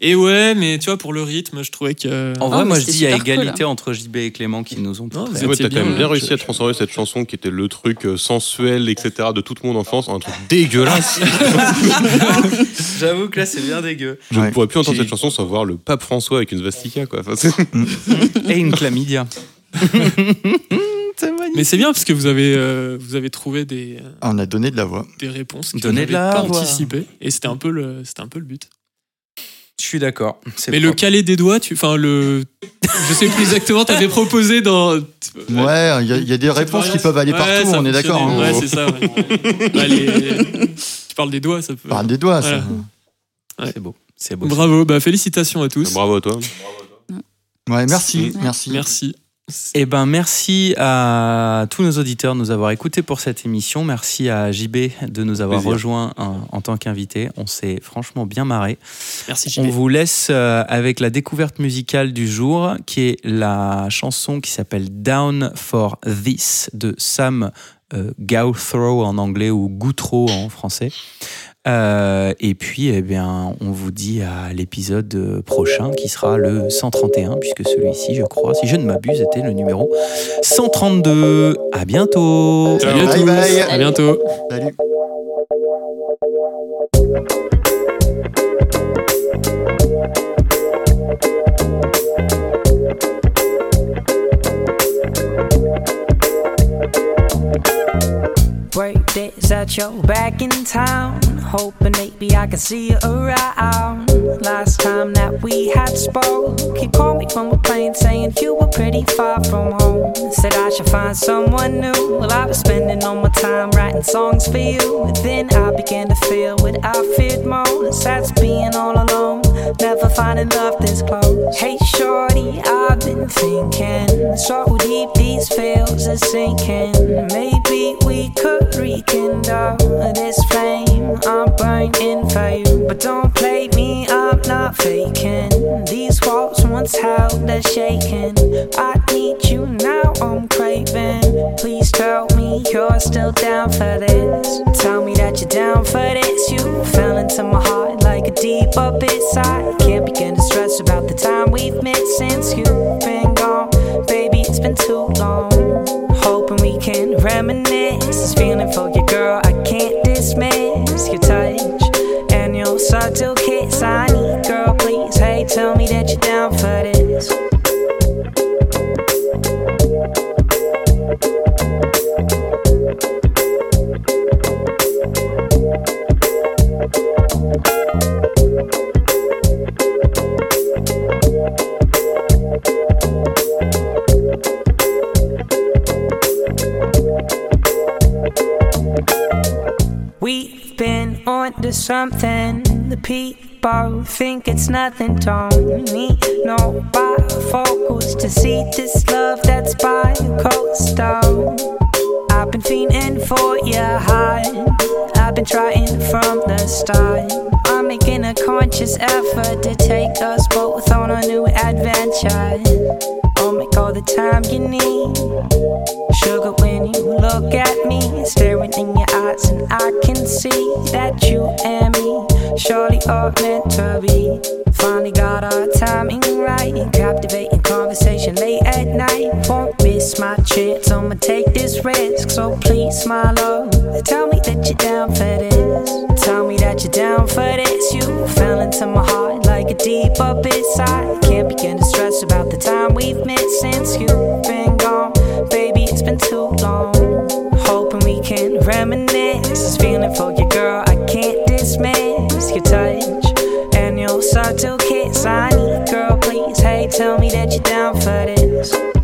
S4: Et ouais, mais tu vois, pour le rythme, je trouvais que.
S3: En
S5: Non,
S3: vrai,
S5: mais
S3: moi je
S5: c'était
S3: dis à
S5: super cool,
S3: égalité entre JB et Clément qui nous ont.
S4: Non,
S3: portés.
S4: vous
S2: Et ouais,
S4: étiez
S2: T'as quand même
S4: bien
S2: bien réussi à transformer cette chanson qui était le truc euh, sensuel, etc. de toute mon enfance en un truc dégueulasse.
S3: J'avoue que là c'est bien dégueu.
S2: Je
S1: Ouais.
S2: ne pourrais plus entendre
S1: Qui-
S2: cette chanson sans voir le pape François avec une svastika. Quoi. Enfin, c'est-
S3: Et une chlamydia. c'est magnifique.
S4: Mais c'est bien parce que vous avez, euh, vous avez trouvé des, euh,
S1: Ah, on a donné de la voix.
S4: des réponses que
S3: Donnez de
S4: vous n'avez
S3: la
S4: pas
S3: voix.
S4: anticipées. Et c'était un, peu le- c'était un peu le but.
S3: Je suis d'accord. C'est
S4: Mais le
S3: propre.
S4: caler des doigts, tu... enfin, le. Je sais plus exactement, t'avais proposé dans.
S1: Ouais, il y, a- il y a des réponses qui peuvent aller
S4: Ouais,
S1: partout,
S4: ça
S1: on est d'accord.
S4: fonctionnait.
S1: hein.
S4: Ouais, c'est ça. ouais. Ouais, les- Tu parles des doigts, ça peut.
S1: Parle des doigts, ça.
S3: C'est beau. C'est beau.
S4: Bravo, bah, félicitations à tous.
S2: Bravo à toi.
S1: Ouais, merci, merci.
S4: Mm. Merci.
S3: Eh ben, merci à tous nos auditeurs de nous avoir écoutés pour cette émission. Merci à JB de nous avoir
S2: Plaisir.
S3: rejoints en, en tant qu'invité. On s'est franchement bien marré.
S4: Merci,
S3: On
S4: JB.
S3: vous laisse euh, avec la découverte musicale du jour, qui est la chanson qui s'appelle Down for This de Sam euh, Gawthrow en anglais ou Goutreau en français. Euh, et puis, eh bien, on vous dit à l'épisode euh, prochain qui sera le 131, puisque celui-ci, je crois, si je ne m'abuse, était le numéro 132. À bientôt.
S4: Salut à
S1: Bye
S4: tous.
S1: bye.
S4: À bientôt.
S1: Salut.
S10: Birthdays at your back in town. Hoping maybe I can see you around. Last time that we had spoke, you called me from a plane saying you were pretty far from home. Said I should find someone new. Well, I was spending all my time writing songs for you. And then I began to feel what I feared most. That's being all alone. Never finding love this close. Hey, shorty, I've been thinking. So deep these fields are sinking. Maybe we could rekindle this flame. I'm burning for you. But don't play me, I'm not faking. These walls once held, they're shaking. I need you now, I'm craving. Please tell me you're still down for this. Tell me that you're down for this. You fell into my heart like a deep abyss. I can't begin to stress about the time we've missed since you've been gone. Baby, it's been too long. Hoping we can reminisce. This feeling for you, girl, I can't dismiss your touch and your subtle kiss. I need, girl, please. Hey, tell me that you're down for this. We've been on to something. The people think it's nothing. Don't need no bifocals to see this love that's by coastal. I've been fiending for your heart. I've been trying from the start. I'm making a conscious effort to take us both on a new adventure. I'll make all the time you need. Sugar, when you look at me, staring in your eyes, and I can see that you and me surely are meant to be. Finally got our timing right, captivating conversation late at night. Won't miss my chance, I'ma take this risk. So please, my love, tell me that you're down for this. Tell me that you're down for this. You fell into my heart like a deep abyss. I can't begin to stress about the time we've missed since you've been gone. Baby, it's been too long. Hoping we can reminisce. This feeling for you, girl, I can't dismiss. Your touch and your subtle kiss. I need, girl, please. Hey, tell me that you're down for this.